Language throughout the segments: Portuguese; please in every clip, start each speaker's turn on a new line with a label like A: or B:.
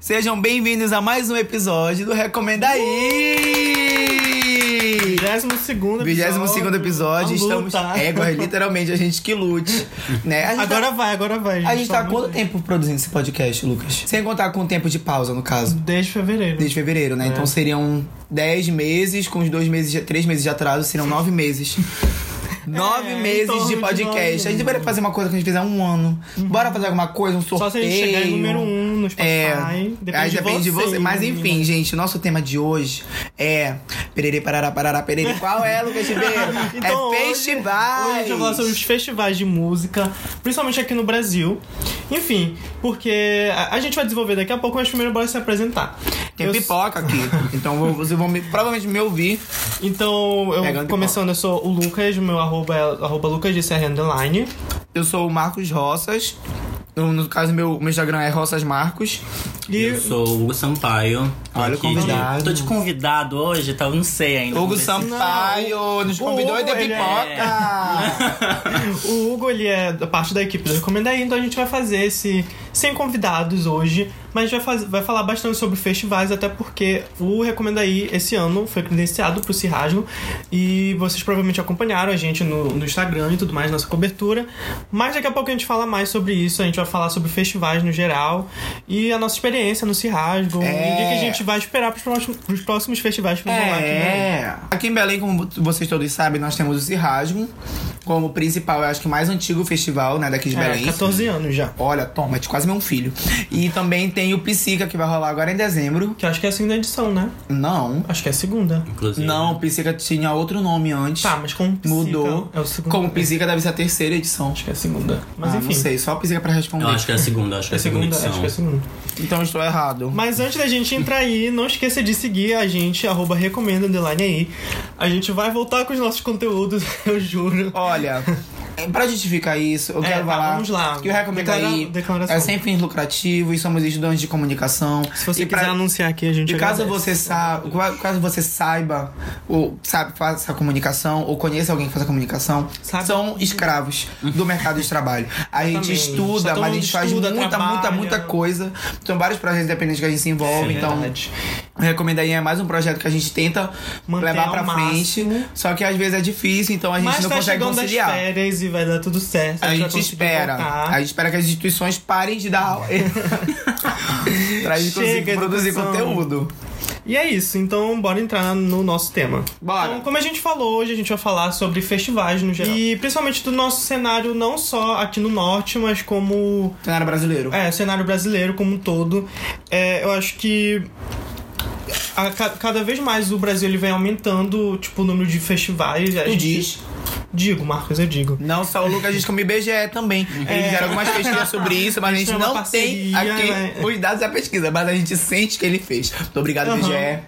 A: Sejam bem-vindos a mais um episódio do Recomenda aí!
B: 22
A: 22 segundo episódio, estamos égua, literalmente, a gente que lute, né? A gente
B: Agora
A: tá,
B: vai, agora vai.
A: a gente tá há
B: Vamos
A: quanto tempo produzindo esse podcast, Lucas? Sem contar com o tempo de pausa, no caso.
B: Desde fevereiro.
A: Desde fevereiro,
B: É.
A: né? Então seriam 10 meses, com os dois meses, de- três meses de atraso, seriam nove meses. Nove
B: É, em
A: meses
B: torno
A: de
B: de
A: podcast.
B: nove
A: a gente deveria fazer uma coisa que a gente fez há um ano. Bora fazer alguma coisa, um sorteio.
B: Só se a gente chegar em número um no Spotify.
A: É,
B: Depende
A: aí
B: de
A: depende de
B: você,
A: você. Mas
B: menina.
A: enfim, gente, o nosso tema de hoje é. Pererê, parará, parará, pererê. Qual é, Lucas Ribeiro?
B: Então,
A: é
B: hoje-
A: festival.
B: Hoje a gente vai falar sobre os festivais de música, principalmente aqui no Brasil. Enfim, porque a, a gente vai desenvolver daqui a pouco, mas primeiro bora se apresentar.
A: Tem
B: um Eu-
A: pipoca aqui. Então vou- vocês vão me- provavelmente me ouvir.
B: Então, eu
A: Pegando
B: começando, eu sou o Lucas, meu arroba é arroba Lucas de CR Underline.
A: Eu sou o Marcos Roças. No, no caso, meu, meu Instagram é Roças Marcos.
B: E
C: Eu sou o Hugo Sampaio. Tô
A: Olha o
C: aqui
A: convidado.
C: De... Tô de convidado hoje, tá? Eu não sei ainda.
A: Hugo
C: Vamos ver se-
A: Sampaio nos
B: O
A: convidou e deu
B: Hugo, ele é-
A: pipoca.
B: O Hugo, ele é da parte da equipe do Recomenda Aí, então a gente vai fazer esse sem convidados hoje, mas a gente vai, faz- vai falar bastante sobre festivais, até porque o Recomenda Aí esse ano foi credenciado pro Cirrasmo e vocês provavelmente acompanharam a gente no, no Instagram e tudo mais, nossa cobertura. Mas daqui a pouco a gente fala mais sobre isso, a gente vai falar sobre festivais no geral e a nossa experiência no Cirrasmo
A: É.
B: e o que que a gente vai esperar pros próximos, pros próximos festivais que vão rolar aqui. né?
A: É. Aqui em Belém, como vocês todos sabem, nós temos o Cirrasmo como principal, eu acho que mais antigo festival, né, daqui de Belém.
B: É, 14 anos já.
A: Olha, toma, de quase meu filho. E também tem o Psica, que vai rolar agora em dezembro.
B: Que eu acho que é a segunda edição, né?
A: Não.
B: Acho que é a segunda.
C: Inclusive.
A: Não, o Psica tinha outro nome antes.
B: Tá, mas como psica,
A: Mudou.
B: É o segundo.
A: Como Psica deve ser a terceira edição.
B: Acho que é a segunda. Mas
A: ah,
B: enfim.
A: não sei, só Psica pra responder.
C: Eu acho que é a segunda, acho que
B: É
C: é
B: a
C: a segunda,
B: segunda, acho que é a
C: edição.
B: segunda.
A: Então eu estou errado.
B: Mas antes da gente entrar aí, não esqueça de seguir a gente, arroba recomenda underline aí. A gente vai voltar com os nossos conteúdos, eu juro.
A: Olha, eh, pra justificar isso, eu
B: É,
A: quero
B: tá,
A: falar
B: vamos lá.
A: que o Recomendo
B: Declara-
A: aí
B: declaração.
A: é sem fins lucrativos, somos estudantes de comunicação.
B: Se você
A: e
B: quiser anunciar aqui, a gente
A: e caso
B: agradece.
A: você saiba, caso você saiba ou sabe faça comunicação ou conheça alguém que faça comunicação,
B: Sabe.
A: são escravos do mercado de trabalho. A gente
B: Exatamente.
A: estuda,
B: Todo
A: mas a
B: mundo
A: gente faz
B: estuda,
A: muita, muita, muita
B: trabalha.
A: coisa. São vários projetos independentes que a gente se envolve, então
B: É verdade.
A: Recomendo aí é mais um projeto que a gente tenta
B: Manter
A: levar pra
B: ao
A: frente,
B: máximo.
A: só que às vezes é difícil, então a gente
B: Mas
A: não
B: tá
A: consegue
B: chegando
A: conciliar.
B: as férias e vai dar tudo certo.
A: A
B: vai
A: gente
B: conseguir
A: espera.
B: voltar.
A: A gente espera que as instituições parem de dar aula. pra gente
B: Chega,
A: conseguir produzir
B: educação.
A: conteúdo.
B: E é isso, então bora entrar no nosso tema.
A: Bora.
B: Então, como a gente falou, hoje a gente vai falar sobre festivais no geral. E principalmente do nosso cenário, não só aqui no norte, mas como
A: Cenário brasileiro.
B: É, cenário brasileiro como um todo. É, eu acho que a ca- cada vez mais o Brasil ele vem aumentando tipo, o número de festivais. A
A: Tu
B: gente-
A: diz.
B: Digo, Marcos, eu digo.
A: Não só o Lucas diz como IBGE também. É, Eles fizeram algumas pesquisas sobre isso, mas a gente
B: Uhum. Isso é uma
A: não tem
B: parceria,
A: aqui
B: né? Uhum.
A: os dados da pesquisa, mas a gente sente que ele fez. Muito obrigado,
B: Aham.
A: IBGE.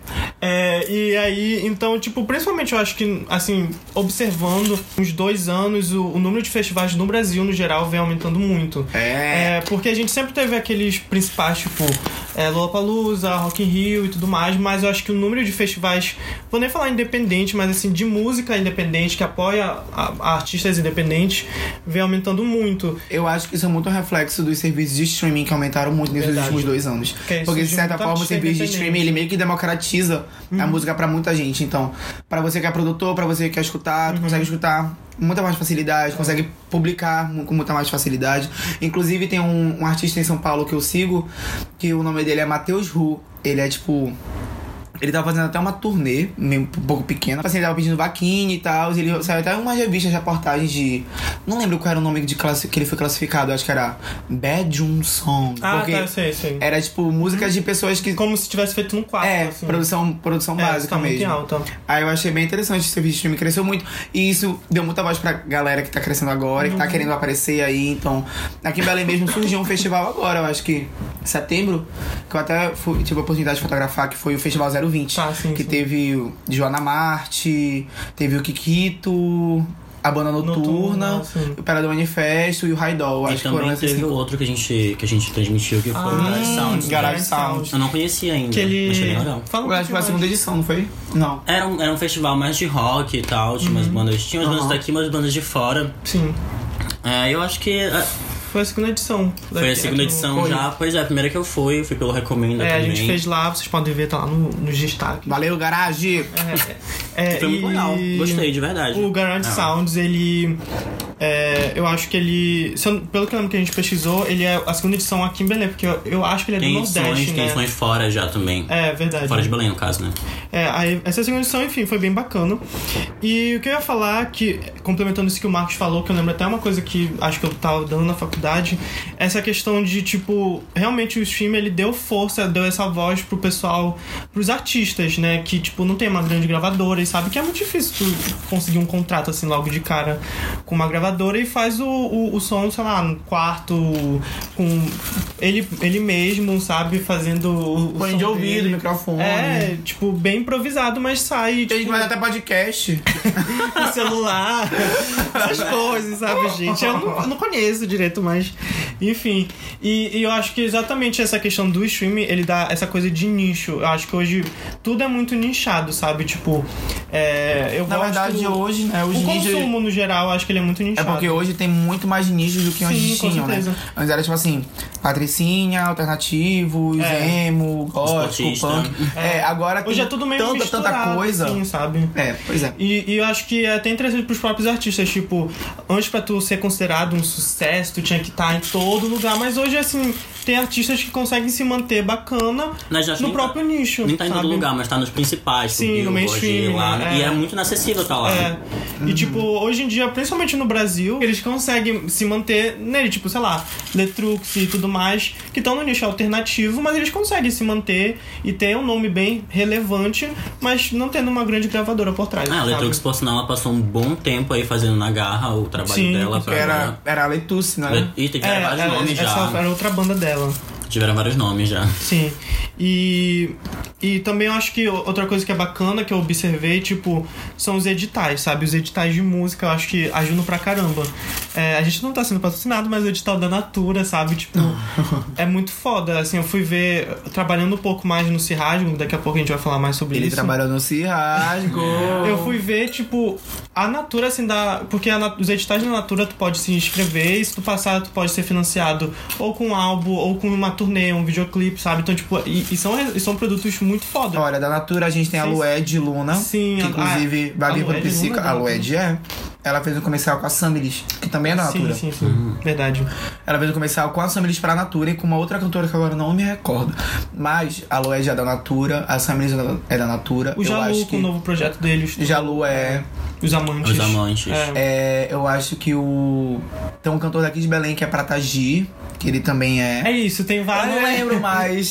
B: É, e aí, então, tipo, principalmente eu acho que, assim, observando uns dois anos, o, o número de festivais no Brasil, no geral, vem aumentando muito.
A: É.
B: Porque a gente sempre teve aqueles principais, tipo, é, Lollapalooza, Rock in Rio e tudo mais, mas eu acho que o número de festivais, vou nem falar independente, mas assim, de música independente, que apoia a- a artistas independentes, vem aumentando muito.
A: Eu acho que isso é muito um reflexo dos serviços de streaming que aumentaram muito nesses
B: Verdade.
A: últimos dois anos.
B: Que aí
A: Porque, de
B: surgiu
A: certa
B: muita
A: forma, o
B: artista
A: serviço de
B: independente. Uhum.
A: streaming ele meio que democratiza a música pra muita gente. Então, pra você que é produtor, pra você que quer escutar,
B: Uhum.
A: tu consegue escutar com muita mais facilidade, consegue publicar mu- com muita mais facilidade. Inclusive, tem um, um artista em São Paulo que eu sigo, que o nome dele é Matheus Ru. Ele é tipo. Ele tava fazendo até uma turnê, meio um pouco pequena. Assim, ele tava pedindo vaquinha e tal. Ele saiu até em umas revistas, reportagens de. Não lembro qual era o nome de classi... que ele foi classificado, acho que era Bedroom Song.
B: Ah,
A: porque
B: tá, eu sei, eu sei.
A: era tipo músicas de pessoas que.
B: Como se tivesse feito num quarto,
A: É,
B: assim.
A: produção, produção
B: É,
A: básica
B: tá muito em
A: mesmo.
B: alta.
A: Aí eu achei bem interessante esse serviço de streaming, cresceu muito. E isso deu muita voz pra galera que tá crescendo agora,
B: Uhum.
A: que tá querendo aparecer aí. Então, aqui em Belém mesmo surgiu um festival agora, eu acho que em setembro, que eu até fui- tive a oportunidade de fotografar, que foi o Festival 020.
B: Tá, sim,
A: que
B: sim.
A: teve o Joana Marte, teve o Kikito. A banda noturna,
B: Noturna, sim.
A: o Pera do Manifesto e o Raidol.
C: E
A: Acho que foram
C: também
A: esses
C: teve um
A: cinco.
C: outro que a gente, que a gente transmitiu, que foi o Garage Sound. né?
A: Garage
B: Garage
A: Sound.
B: Sound.
C: Eu não conhecia ainda.
B: Ah, Que ele...
C: Achei bem legal.
B: Fala um
A: Eu acho que foi a
B: pouquinho
A: segunda
B: mais.
A: edição, não foi? Não.
C: Era um, era um festival mais de rock e
B: Uhum.
C: tal, tinha umas bandas. Tinha umas
A: Aham.
C: bandas daqui, umas bandas de fora.
B: Sim.
C: É, eu acho que. é,
B: foi a segunda edição.
C: Foi a
B: daqui-
C: segunda
B: aqui no-
C: edição
B: foi.
C: já. Pois é, a primeira que eu fui, eu fui pelo Recomenda
B: É, a
C: também.
B: gente fez lá, vocês podem ver, tá lá no, nos destaques.
A: Valeu, garagem!
B: É,
C: Que Foi muito
B: e-
C: legal. Gostei, de verdade.
B: O Garage
C: Ah.
B: Sounds, ele. é, eu acho que ele. se eu- pelo que eu lembro que a gente pesquisou, ele é a segunda edição aqui em Belém, porque eu, eu acho que ele é do
C: Tem
B: Nordeste,
C: edições,
B: né?
C: tem edições fora já também.
B: É, verdade.
C: Fora de Belém, no caso, né?
B: É, aí, essa segunda edição, enfim, foi bem bacana. E o que eu ia falar, que complementando isso que o Marcos falou, que eu lembro até uma coisa que acho que eu tava dando na faculdade, essa questão de, tipo, realmente o stream ele deu força, deu essa voz pro pessoal, pros artistas, né? Que, tipo, não tem uma grande gravadora e sabe que é muito difícil tu conseguir um contrato, assim, logo de cara com uma gravadora e faz o, o, o som, sei lá, no quarto, com ele, ele mesmo, sabe? Fazendo o, o
A: Fone
B: som
A: de ouvido, né?
B: dele.
A: microfone.
B: É, tipo, bem improvisado, mas sai,
A: A gente
B: tipo,
A: faz até podcast.
B: no celular, essas coisas, sabe, gente? Eu não, eu não conheço direito, mas. Enfim. E, e eu acho que exatamente essa questão do streaming, ele dá essa coisa de nicho. Eu acho que hoje tudo é muito nichado, sabe? Tipo, é, eu
A: Na
B: gosto-
A: verdade, hoje, né, os
B: o
A: nichos-
B: consumo, no geral, eu acho que ele é muito
A: É
B: nichado.
A: porque hoje tem muito mais nichos do que
B: Sim,
A: antes
B: com
A: tinham, né?
B: certeza.
A: Antes era tipo assim, patricinha, alternativos,
B: É.
A: emo, gótico,
C: Esportista.
A: punk. É. agora tem
B: Hoje é tudo meio
A: tanta,
B: misturado,
A: tanta coisa.
B: assim, sabe?
A: É, pois é.
B: E, e eu acho que é até interessante pros próprios artistas, tipo, antes pra tu ser considerado um sucesso, tu tinha que estar em todo lugar, mas hoje, assim, tem artistas que conseguem se manter bacana
C: Mas já
B: no
C: nem
B: próprio nicho.
C: Nem tá em
B: sabe?
C: todo lugar, mas tá nos principais. tipo,
B: Sim, no
C: Billboard,
B: mainstream,
C: lá.
B: né?
C: E
B: É.
C: é muito inacessível tá lá.
B: É. E tipo, hoje em dia, principalmente no Brasil, eles conseguem se manter nele, tipo, sei lá, Letrux e tudo mais, que estão no nicho alternativo, mas eles conseguem se manter e ter um nome bem relevante, mas não tendo uma grande gravadora por trás.
C: Ah, a
B: sabe?
C: Letrux, por sinal, ela passou um bom tempo aí fazendo na garra o trabalho
B: Sim,
C: dela.
A: Que
C: Pra...
A: era, era a Letuce, né?
C: Le- Ih, tiveram
B: É,
C: vários
B: era-
C: nomes já.
B: essa era outra banda dela.
C: Tiveram vários nomes já.
B: Sim. E, e também eu acho que outra coisa que é bacana que eu observei, tipo, são os editais, sabe? Os editais de música eu acho que ajudam pra caramba. É, a gente não tá sendo patrocinado, mas o edital da Natura, sabe? Tipo, é muito foda. Assim, eu fui ver, trabalhando um pouco mais no Cirrasmo, daqui a pouco a gente vai falar mais sobre
A: Ele
B: isso.
A: trabalhou no Cirrasgo.
B: Eu fui ver, tipo, a Natura, assim, dá. Porque a Na- os editais da Natura tu pode se inscrever e se tu passar, tu pode ser financiado ou com um álbum, ou com uma turnê, um videoclipe, sabe? Então, tipo, e, e são, e são produtos muito foda.
A: Olha, da Natura a gente tem a
B: Sim.
A: Lué de Luna.
B: Sim,
A: que
B: a-
A: inclusive
B: a-
A: vai
B: a
A: vir pro
B: Lué de Luna
A: Psica.
B: é da
A: A Lué de é. Ela fez um comercial com a Samilis, que também é da
B: sim,
A: Natura.
B: sim, sim.
C: Uhum.
B: Verdade.
A: Ela fez um comercial com a Samilis pra Natura e com uma outra cantora que agora eu não me recordo. Mas a Lué já é da Natura, a Samilis é da- é da Natura.
B: O
A: eu
B: Jalu,
A: acho
B: com
A: que.
B: o novo projeto dele, os,
A: Jalu é,
B: os amantes.
C: Os amantes.
B: É.
A: é. Eu acho que o. Tem um cantor daqui de Belém que é Pratagi, que ele também
B: É né?
A: é.
B: isso, tem
A: Eu
B: vários.
A: não lembro mais.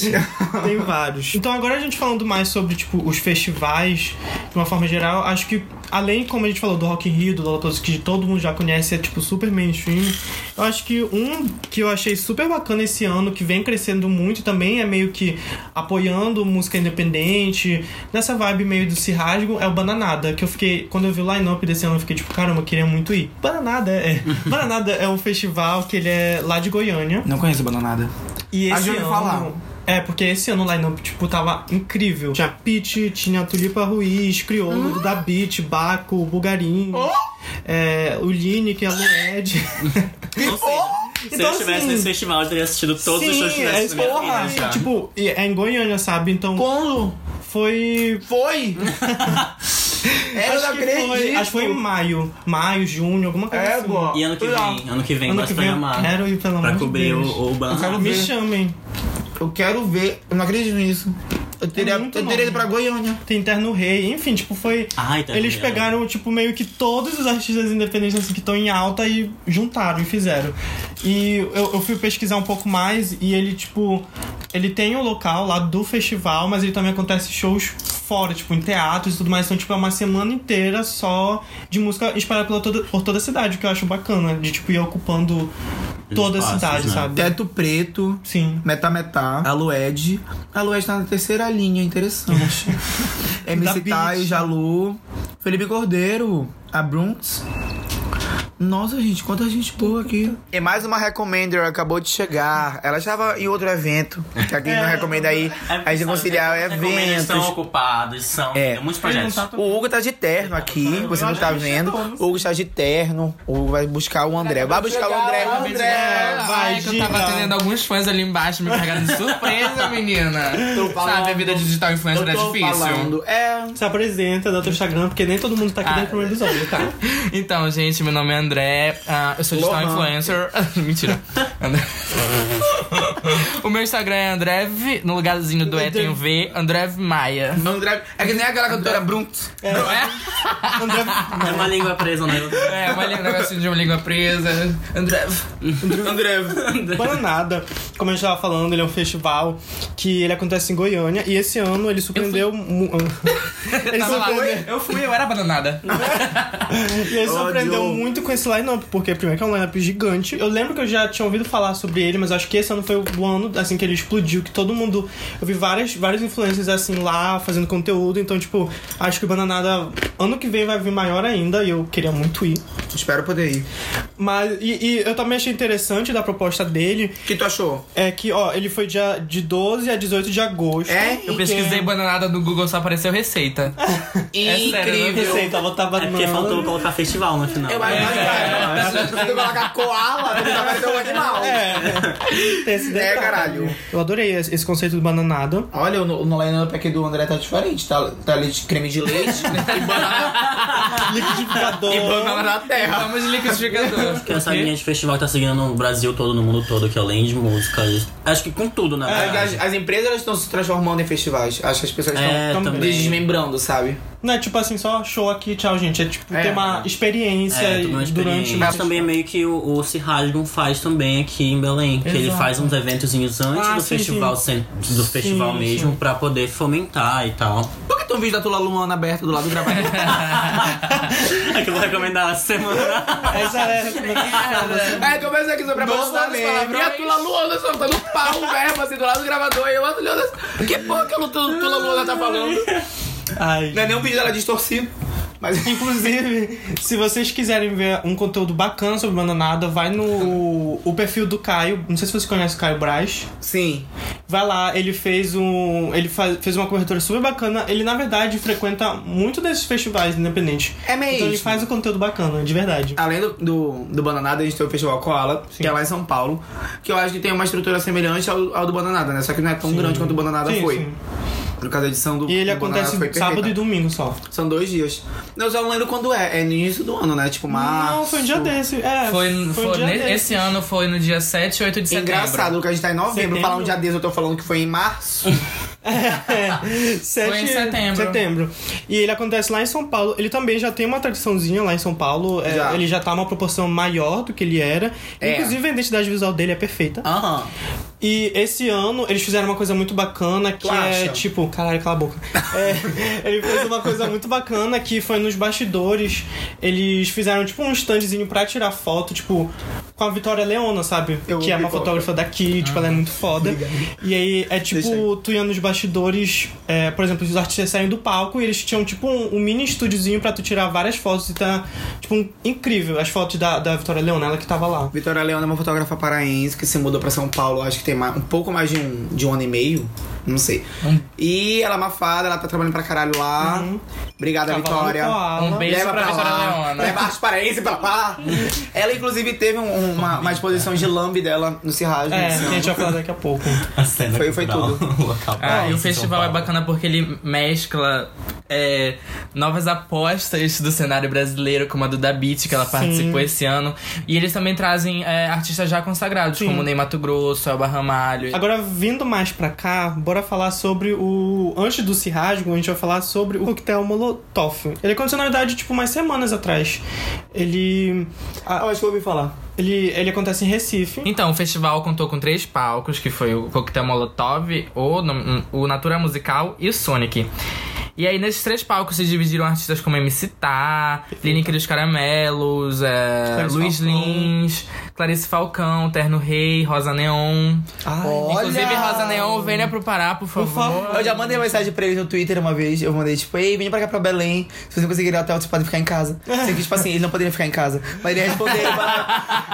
B: Tem vários. Então agora a gente falando mais sobre, tipo, os festivais, de uma forma geral, acho que além, como a gente falou, do Rock in Rio, do Lollapalooza, que todo mundo já conhece, é, tipo, super mainstream, eu acho que um que eu achei super bacana esse ano, que vem crescendo muito também, é meio que apoiando música independente, nessa vibe meio do Cirrasgo, é o Bananada, que eu fiquei, quando eu vi o line-up desse ano, eu fiquei tipo, caramba, eu queria muito ir. Bananada é... Bananada é um festival que ele é lá de Goiânia,
A: não conheço Bananada.
B: e
A: Ah,
B: esse
A: já ouvi
B: ano...
A: falar.
B: É, porque esse ano o line-up, tipo, tava incrível. Tinha Peach, tinha Tulipa Ruiz, Criolo, da Beat, Baco, Bulgarin, é, o Line, que é a Lued.
C: Ou seja, assim, se
B: Então,
C: eu estivesse
B: assim,
C: nesse festival, eu teria assistido todos os shows assim,
B: Sim,
C: que
B: é,
C: tivesse na minha
B: porra.
C: vida já.
B: Tipo, e é em Goiânia, sabe? Então
A: Quando?
B: foi...
A: Foi? É, eu não
B: acho, que foi
A: acredito.
B: acho que foi um- em maio. Maio, junho, alguma coisa assim.
A: Égua.
C: E ano que
A: Olha,
C: vem, ano que vem,
B: Ano
C: vai
B: que
C: se
B: vem eu
C: programar.
B: quero ir, pelo
C: Pra
B: amor de
C: cobrir
B: Deus.
C: o, o ban-
A: Eu quero
B: Me
A: ver.
B: chamem.
A: Eu quero ver. Eu não acredito nisso. Eu teria,
B: É muito
A: eu teria
B: nome.
A: ido pra Goiânia.
B: Tem Terno Rei, enfim, tipo, foi...
C: Ai, tá
B: Eles
C: vendo?
B: pegaram, tipo, meio que todos os artistas independentes assim, que estão em alta e juntaram e fizeram. E eu, eu fui pesquisar um pouco mais e ele, tipo, ele tem um local lá do festival, mas ele também acontece shows fora, tipo, em teatros e tudo mais. Então, tipo, é uma semana inteira só de música espalhada pela toda, por toda a cidade, o que eu acho bacana, de, tipo, ir ocupando
C: Os
B: toda a
C: espaços,
B: cidade,
C: né?
B: sabe?
A: Teto Preto,
B: Sim.
A: Meta Metá, Alued. Alued tá na terceira linha, interessante.
B: Da
A: MC
B: Beat.
A: Tai, Jalu, Felipe Cordeiro, a Brunx. Nossa, gente, quanta gente boa aqui. E mais uma recommender acabou de chegar. Ela estava em outro evento. Que alguém não recomenda aí. Aí de conciliar é
C: Eles são
A: eventos.
C: ocupados, são.
A: É.
C: Tem muitos projetos.
A: O Hugo tá de terno aqui, você não tá vendo. O Hugo está de terno. O Hugo vai buscar o André. Vai buscar o
D: É,
A: André.
D: André,
B: vai,
D: vai, que eu tava
B: diga.
D: atendendo alguns fãs ali embaixo, me carregando de surpresa, menina. Sabe, a vida de digital influencer é
A: Eu tô
D: difícil.
A: falando. É.
B: Se apresenta, dá teu Instagram, porque nem todo mundo tá aqui
D: Ah.
B: dentro do mesmo episódio, tá?
D: Então, gente, meu nome é André, ah, eu sou digital
A: Lohan.
D: influencer. Mentira. André. o meu Instagram é André, V- no lugarzinho do E tem o V, André V Maia.
A: André. É que nem aquela cantora Brunt.
D: Não é?
B: André,
C: É uma língua presa, né?
D: É, uma língua, um negocinho de uma língua presa. André.
A: André.
B: Bananada, como eu já tava falando, ele é um festival que ele acontece em Goiânia e esse ano ele surpreendeu. mu- ah, ele
D: Tava lá.
B: surpreendeu,
D: Eu fui, eu era abandonada.
B: e ele surpreendeu
A: Ódio.
B: muito com esse line-up, porque primeiro que é um line-up gigante. Eu lembro que eu já tinha ouvido falar sobre ele, mas acho que esse ano foi o ano assim que ele explodiu, que todo mundo. Eu vi várias, várias influências assim lá fazendo conteúdo, então, tipo, acho que o Bananada ano que vem vai vir maior ainda e eu queria muito ir.
A: Espero poder ir.
B: Mas, e, e eu também achei interessante da proposta dele,
A: O que tu achou?
B: É que, ó, ele foi dia de 12 a 18 de agosto.
A: É?
D: Eu pesquisei bananada no Google, só apareceu receita. É
A: Incrível.
B: Receita, vou tá
C: É porque faltou colocar festival no final.
A: Eu acho que é. vai. Se tu colocar koala, tu vai ser um animal.
B: É. Tem esse
A: É,
B: detalhe.
A: caralho.
B: Eu adorei esse esse conceito do bananada.
A: Olha, o no, no line-up aqui do André tá diferente. Tá, tá leite, creme de leite né? e banana,
B: Liquidificador.
A: e banana da terra.
D: Vamos de liquidificador.
C: Porque essa linha de festival tá seguindo no Brasil todo, no mundo todo, que é além de músicas. Acho que com tudo, né? na
A: As,
C: verdade.
A: as empresas estão se transformando em festivais. Acho que as pessoas estão
C: É,
A: estão
C: também.
A: desmembrando, sabe?
B: Não é tipo assim, só show aqui, tchau, gente. É tipo,
A: É.
B: ter uma experiência
C: É, tudo uma
B: durante
C: experiência. Mas também é meio que o, o Se Rasgam faz também aqui em Belém. Que ele faz uns eventozinhos antes
B: Ah,
C: do
B: sim,
C: festival, sen- do festival
B: Sim,
C: mesmo, pra poder fomentar e tal.
A: Por que tem um vídeo da Tula Luana aberto do lado do trabalho?
C: É que eu vou recomendar a semana.
B: Essa é a recomendação.
A: Aí começa É, aqui sobre a
D: Nossa,
A: Bolsonaro
D: os
A: mesmo. E a
D: palavrões.
A: Tula Luana soltando pau, verbo assim do lado do gravador. E eu ando olhando assim. Que porra que a Tula Tula Luana tá falando?
B: Ai.
A: Não é nem um vídeo dela distorcido. Mas
B: Inclusive, se vocês quiserem ver um conteúdo bacana sobre Bananada, vai no o perfil do Caio. Não sei se você conhece o Caio Braz.
A: Sim.
B: Vai lá, ele fez um. Ele fa- fez uma cobertura super bacana. Ele, na verdade, frequenta muito desses festivais independentes.
A: É mesmo.
B: Então ele faz um conteúdo bacana, de verdade.
A: Além do, do, do Bananada, a gente tem o Festival Koala, que é lá em São Paulo, que eu acho que tem uma estrutura semelhante ao, ao do Bananada, né? Só que não é tão grande quanto o Bananada
B: Sim,
A: foi.
B: sim.
A: Por causa da edição do
B: E ele
A: do Bananada
B: acontece
A: foi perfeita.
B: sábado e domingo só.
A: São dois dias. Eu só não lembro quando é. É no início do ano, né? Tipo, março.
B: Não, foi um dia desse. É,
D: Foi, foi,
B: um dia
D: ne-
B: desse.
D: esse ano foi no dia 7 e 8 de setembro.
A: é Engraçado, que a gente tá em novembro.
B: Setembro.
A: Falar um dia desse, eu tô falando que foi em março.
B: É, sete,
D: Foi em setembro.
B: setembro. E ele acontece lá em São Paulo. Ele também já tem uma tradiçãozinha lá em São Paulo. É,
A: Já.
B: Ele já tá uma proporção maior do que ele era.
A: É.
B: Inclusive, a identidade visual dele é perfeita.
A: Aham.
B: E esse ano eles fizeram uma coisa muito bacana que
A: Tu
B: é
A: acha?
B: tipo. Caralho, cala a boca. É, ele fez uma coisa muito bacana que foi nos bastidores. Eles fizeram tipo um standzinho pra tirar foto, tipo, com a Vitória Leona, sabe?
A: Eu
B: que é
A: amo
B: uma
A: pipoca.
B: fotógrafa daqui, tipo, ela é muito foda. E aí é
A: Deixa
B: tipo,
A: aí.
B: tu ia nos bastidores, é, por exemplo, os artistas saem do palco e eles tinham tipo um, um mini estúdiozinho pra tu tirar várias fotos e tá, tipo, um- incrível as fotos da, da Vitória Leona, ela que tava lá.
A: Vitória Leona é uma fotógrafa paraense que se mudou pra São Paulo, acho que tem mais- um pouco mais de um, de um ano e meio. Não sei.
B: Hum.
A: E ela é uma fada, ela tá trabalhando pra caralho lá.
B: Uhum.
A: Obrigada,
B: Tava lá no
A: Vitória.
B: Koala.
D: Um beijo
A: Leva
D: pra Vitória
A: lá,
B: né?
D: Leona.
A: Leva as paraense pra lá. Ela, inclusive, teve um- uma, uma exposição de lambe dela no né? Cirragem.
B: É, que a gente vai falar daqui a pouco.
C: A cena
A: Foi- foi
C: cultural, o local.
D: Ah, e
C: Em
D: o
C: São
D: festival é
C: Paulo.
D: bacana porque ele mescla é, novas apostas do cenário brasileiro, como a do Dabit, que ela participou esse ano. E eles também trazem é, artistas já consagrados, como o Ney Mato Grosso, Elba Ramalho.
B: Agora, vindo mais pra cá, bora falar sobre o. Antes do se rasgo, a gente vai falar sobre o coquetel Molotov. Ele aconteceu, na verdade, tipo, umas semanas atrás. Ele. Ah, eu acho que eu ouvi falar. Ele, ele acontece em Recife.
D: Então, o festival contou com três palcos, que foi o Coquetel Molotov, o, Nom- o Natura Musical e o Sonic. E aí, nesses três palcos se dividiram artistas como MC Tá, Lineker dos Caramelos, é,
B: Clarence
D: Luiz
B: Falcão.
D: Lins, Clarice Falcão, Terno Rei, Rosa Neon.
B: Ai,
A: Olha!
D: Inclusive, Rosa Neon, venha pro Pará, por favor.
B: favor.
A: Eu já mandei mensagem pra eles no Twitter uma vez. Eu mandei, tipo, ei, vem pra cá pra Belém. Se você não conseguir ir até vocês podem ficar em casa. Sei que, tipo assim, eles não poderiam ficar em casa. Mas eles responderam e falaram.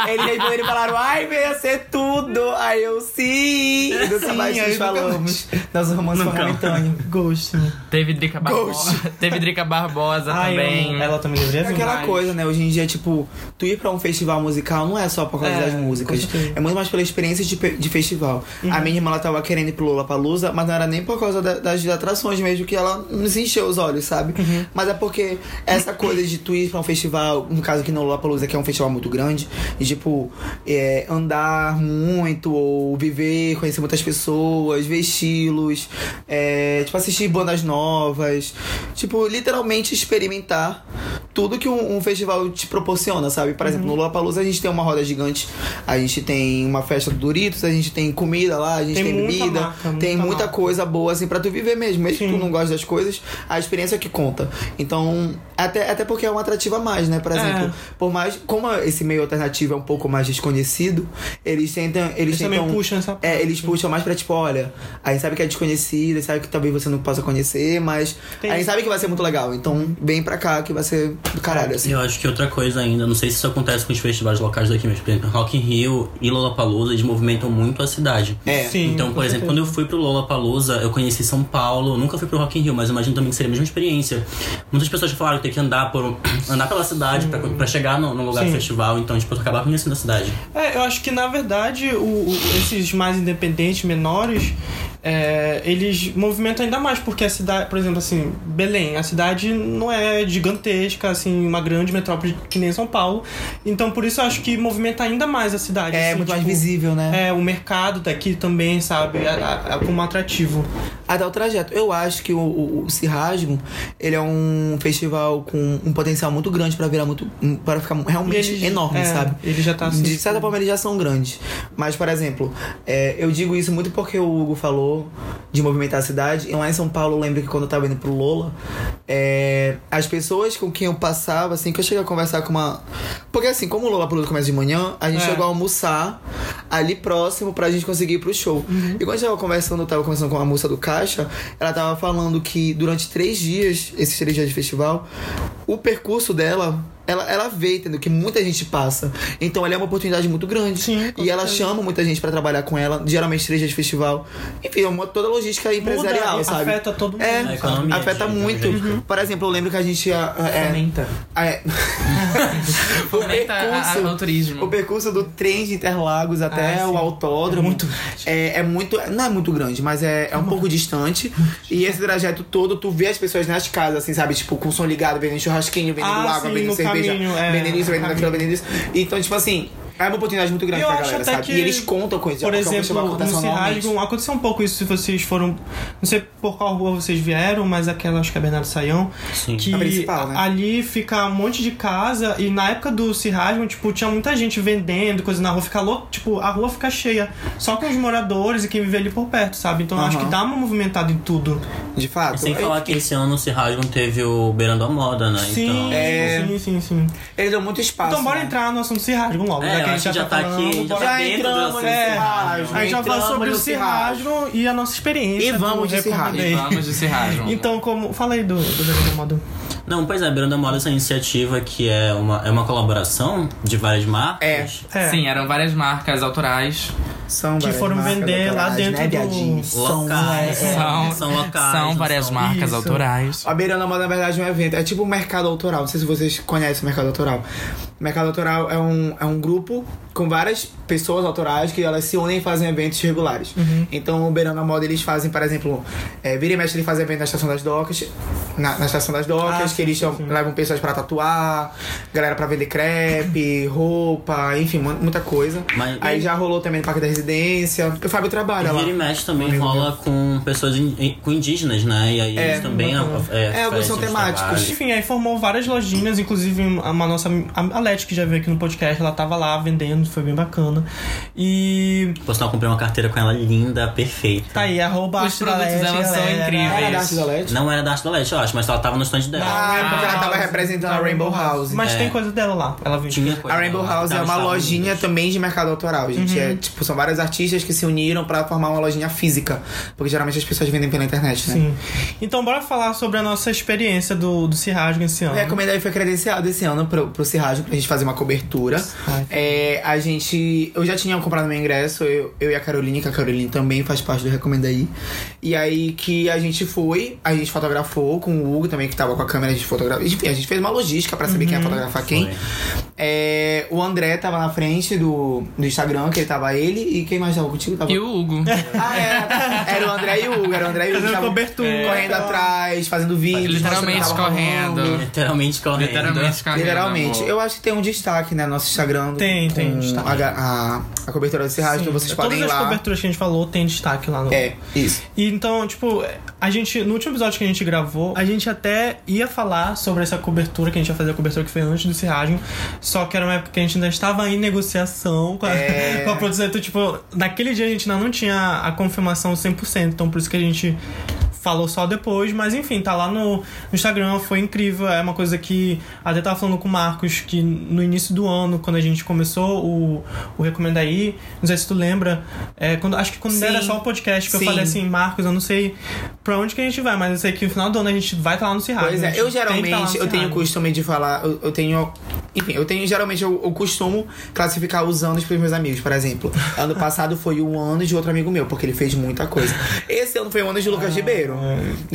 A: Eles responderam e falaram, ai, venha ser tudo. Aí eu sim. E dessa
B: Sim,
A: baixo
B: aí
A: nós
B: nunca
A: falamos. Nosso romance foi
C: Nunca.
A: momentâneo.
B: Ghost.
D: Teve Drica Barbosa.
A: Ghost.
D: Teve Drica Barbosa
B: Ai, eu
D: também.
B: amo. Ela também deveria
A: É aquela
D: Mas-
A: coisa, né? Hoje em dia, tipo, tu ir pra um festival musical não é só por causa
B: É,
A: das músicas.
B: com certeza. Uhum.
A: É muito mais pela experiência de, pe- de festival. A minha irmã, ela tava querendo ir pro Lollapalooza, mas não era nem por causa da- das atrações mesmo, que ela nos encheu os olhos, sabe?
B: Uhum.
A: Mas é porque essa coisa de tu ir pra um festival, no caso aqui no Lollapalooza, que é um festival muito grande, e, tipo, é, andar muito, ou viver, conhecer muitas pessoas, ver estilos, é, tipo, assistir bandas novas. Tipo, literalmente experimentar tudo que um, um festival te proporciona, sabe? Por exemplo, no
B: Uhum.
A: Lollapalooza a gente tem uma roda gigante, a gente tem uma festa do Doritos, a gente tem comida lá, a gente
B: Tem
A: tem,
B: muita
A: bebida,
B: marca,
A: tem
B: muita
A: muita
B: marca.
A: coisa boa, assim, pra tu viver mesmo. Mesmo que
B: Sim.
A: tu não goste das coisas, a experiência é que conta. Então, até, até porque é um atrativo a mais, né? Por exemplo, por mais... Como esse meio alternativo é um pouco mais desconhecido, eles tentam... Eles,
B: Eles também
A: tentam-
B: puxam essa
A: é, eles puxam mais pra tipo, olha, a gente sabe que é desconhecido, sabe que talvez você não possa conhecer, mas
B: Tem
A: a gente
B: isso.
A: sabe que vai ser muito legal. Então vem pra cá que vai ser do caralho, assim.
C: Eu acho que outra coisa ainda, não sei se isso acontece com os festivais locais daqui, mas por exemplo, Rock in Rio e Lollapalooza, eles movimentam muito a cidade.
A: É.
B: Sim,
C: então,
B: com
C: por exemplo,
B: certeza.
C: quando eu fui pro Lollapalooza, eu conheci São Paulo, eu nunca fui pro Rock in Rio, mas eu imagino também que seria a mesma experiência. Muitas pessoas falaram que tem que andar por um, andar pela cidade pra, pra chegar no, no lugar
B: Hum. Sim.
C: do festival, então tipo, tu acabava conhecendo a cidade.
B: É, eu acho que na verdade o, o- esses mais independentes, menores, é, eles movimentam ainda mais, porque a cidade, por exemplo, assim, Belém, a cidade não é gigantesca, assim, uma grande metrópole que nem São Paulo. Então por isso eu acho que movimenta ainda mais a cidade.
A: É
B: assim,
A: muito mais
B: tipo,
A: visível, né?
B: É, o mercado daqui também, sabe, é, é- é como atrativo.
A: Até o trajeto. Eu acho que o, o, o Cirrasmo, ele é um festival com um potencial muito grande pra virar muito. para ficar
B: E
A: realmente
B: eles-
A: Um enorme,
B: é,
A: sabe?
B: Ele já tá assim.
A: De certa
B: tipo,
A: forma, eles já são grandes. Mas, por exemplo, é, eu digo isso muito porque o Hugo falou de movimentar a cidade. E lá em São Paulo, eu lembro que quando eu tava indo pro Lola, é, as pessoas com quem eu passava, assim, que eu cheguei a conversar com uma. Porque, assim, como o Lola Palusa começa de manhã, a gente
B: É.
A: chegou a almoçar ali próximo pra gente conseguir ir pro show.
B: Uhum.
A: E quando eu tava conversando, eu tava conversando com uma moça do Caixa, ela tava falando que durante três dias, esses três dias de festival, o percurso dela, ela, ela vê, entendeu? Que muita gente passa. Então ela é uma oportunidade muito grande.
B: Sim, com
A: e ela
B: certeza.
A: chama muita gente pra trabalhar com ela, geralmente três dias de festival. Enfim, é uma, toda a logística empresarial,
B: muda,
A: sabe?
B: Afeta todo mundo.
A: É,
C: A economia,
A: afeta
C: de- de-
A: muito.
C: Uhum.
A: Por exemplo, eu lembro que a gente. ah, ah, É,
D: Fomenta.
A: ah, é,
D: Fomenta a- a-
A: percurso-
D: o turismo.
A: o percurso do trem de Interlagos até
D: Ah, sim.
A: o autódromo.
B: É muito
A: É, é muito. Não é muito grande, mas é, é um pouco distante. E esse trajeto todo, tu vê as pessoas nas casas, assim, sabe? Tipo, com o som ligado, vendendo churrasquinho, vendendo
B: Ah,
A: água,
B: sim,
A: vendendo
B: no
A: cerveja,
B: caminho, é,
A: vendendo isso,
B: no
A: vendendo aquilo, vendendo isso. Então, tipo assim. É uma oportunidade muito grande
B: Eu
A: pra
B: acho
A: galera,
B: até
A: sabe?
B: que,
A: e eles contam com isso.
B: Por
A: porque é um festival que
B: exemplo, no
A: acontece anualmente.
B: Cirrasgo, aconteceu um pouco isso se vocês foram. Não sei por qual rua vocês vieram, mas aquela, acho que é Bernardo Saião.
C: Sim.
B: Que
A: A principal, né?
B: ali fica um monte de casa e na época do Cirrasgo, tipo, tinha muita gente vendendo, coisa na rua, fica louco. Tipo, a rua fica cheia. Só com os moradores e quem vive ali por perto, sabe? Então eu acho
A: Aham.
B: que dá uma movimentada em tudo.
A: De fato.
C: E sem
A: é-
C: falar que esse ano o Cirrasgon teve o Beirando a Moda, né?
B: sim,
C: então.
A: É.
B: sim, sim, sim.
A: Ele deu muito espaço.
B: Então bora
A: né?
B: entrar no assunto Cirrasgo logo. já que
C: É, eu
B: a
C: acho
B: gente
C: que
B: já,
C: já
B: tá
C: tá
B: falando,
C: aqui, já
B: bora-
C: tá
A: Já
C: dentro do
A: entramos
C: assunto
A: no
B: É.
A: Cirrasmo.
B: A gente vai falar
A: Entramos
B: sobre
A: no
B: o Cirrasgo e a nossa experiência.
A: E vamos
B: do
A: de Cirrasgo.
B: Recomenda Aí.
D: E vamos de Serragem.
B: Então, como. Fala aí do, do Jornal do Modo.
C: Não, pois é, Beirando a Moda, essa iniciativa que é uma, é uma colaboração de várias marcas.
B: É.
D: Sim, eram várias marcas autorais.
A: São
B: Que
A: várias
B: foram
A: marcas
B: vender lá
A: autorais,
B: dentro
A: é né,
B: do-
A: viadinho? São,
C: Locais.
A: é, é.
D: São,
C: são locais,
D: São
C: não
D: várias
C: são-
D: marcas
B: Isso.
D: autorais.
A: A Beirando a Moda, na verdade, é um evento. É tipo um mercado autoral. Não sei se vocês conhecem o mercado autoral. O mercado autoral é um, é um grupo com várias pessoas autorais que elas se unem e fazem eventos regulares. Então, o Beirando a Moda, eles fazem, por exemplo, é, vira e mexe, eles fazem evento na Estação das Docas. Na, na Estação das Docas,
B: Ah,
A: que
B: sim,
A: eles
B: sim,
A: chamam-
B: sim.
A: levam pessoas pra tatuar, galera pra vender crepe, roupa, enfim, mu- muita coisa.
C: Mas-
A: Aí já rolou também no Parque da residência. O Fábio trabalha lá.
C: Vira e mexe também rola com pessoas in- in- com indígenas, né? E aí eles também. ah,
A: É, alguns são
C: festas,
A: temáticos.
C: trabalhos.
B: Enfim, aí formou várias lojinhas, inclusive uma nossa a a Leti, que já veio aqui no podcast, ela tava lá vendendo, foi bem bacana. E
C: Por sinal, eu comprei uma carteira com ela linda, perfeita.
B: tá
A: é.
B: aí, arroba
D: Os
B: Arte da
D: produtos
B: Leti,
D: dela são
B: galera.
D: incríveis.
A: Era da Arte da LED?
C: Não era da Arte da Leste, eu acho, mas ela tava no stand dela.
A: Ah, é porque ela
B: House.
A: tava representando a Rainbow House.
B: Mas
C: É.
B: tem coisa dela lá, ela veio.
C: Tinha coisa
A: A Rainbow
C: dela,
A: House é
C: tava
A: uma
C: né? Tá nos Estados
A: lojinha
C: Unidos.
A: também de mercado autoral, gente. É, tipo, são vários artistas que se uniram pra formar uma lojinha física. Porque geralmente as pessoas vendem pela internet, né?
B: Sim. Então bora falar sobre a nossa experiência do, do Cirrasga esse ano.
A: O Recomenda aí foi credenciado esse ano pro, pro Cirragem pra gente fazer uma cobertura.
B: Ai.
A: É, a gente. Eu já tinha comprado meu ingresso, eu, eu e a Caroline, que a Caroline também faz parte do Recomenda aí. E aí que a gente foi, a gente fotografou com o Hugo também, que tava com a câmera, a gente fotografou. Enfim, a gente fez uma logística pra saber quem
B: Uhum.
A: ia fotografar quem.
C: Foi.
A: É, o André tava na frente do, do Instagram, que ele tava ele, e quem mais tava contigo? Tava
D: E o Hugo.
A: ah, era. Era o André e o Hugo, era o André e o Hugo.
B: Fazendo
A: estavam
B: cobertura.
A: Correndo atrás, fazendo vídeos.
D: É. Literalmente
A: mostrando que tava
D: correndo.
A: rolando.
C: Literalmente correndo.
D: Literalmente carregando.
A: Literalmente.
D: né, amor.
A: Eu acho que tem um destaque, né? no Nosso Instagram.
B: Tem,
A: com
B: tem um destaque. é
A: A, ga- a, a cobertura desse rádio, que vocês podem ir
B: Todas as
A: lá.
B: coberturas que a gente falou tem destaque lá no.
A: É, isso.
B: E então, tipo, a gente, no último episódio que a gente gravou, a gente até ia falar sobre essa cobertura, que a gente ia fazer a cobertura que foi antes do Cirragem, só que era uma época que a gente ainda estava em negociação com a,
A: É.
B: com a produção. Então, tipo, naquele dia a gente ainda não tinha a confirmação 100%, então por isso que a gente falou só depois, mas enfim, tá lá no, no Instagram, foi incrível, é uma coisa que até tava falando com o Marcos que no início do ano, quando a gente começou o, o Recomenda Aí, não sei se tu lembra, é, quando, acho que quando
A: Sim.
B: era só o podcast que
A: Sim.
B: eu falei assim, Marcos, eu não sei pra onde que a gente vai, mas eu sei que no final do ano a gente vai estar lá no Cerrado.
A: Pois
B: a
A: é,
B: gente
A: eu
B: tem que tá lá no
A: geralmente eu
B: Cerrado.
A: tenho o costume de falar, eu, eu tenho. Enfim, eu tenho geralmente eu, eu costumo classificar os anos pros meus amigos, por exemplo. Ano passado foi um ano de outro amigo meu, porque ele fez muita coisa. Esse ano foi o ano de
B: Ah,
A: Lucas Ribeiro.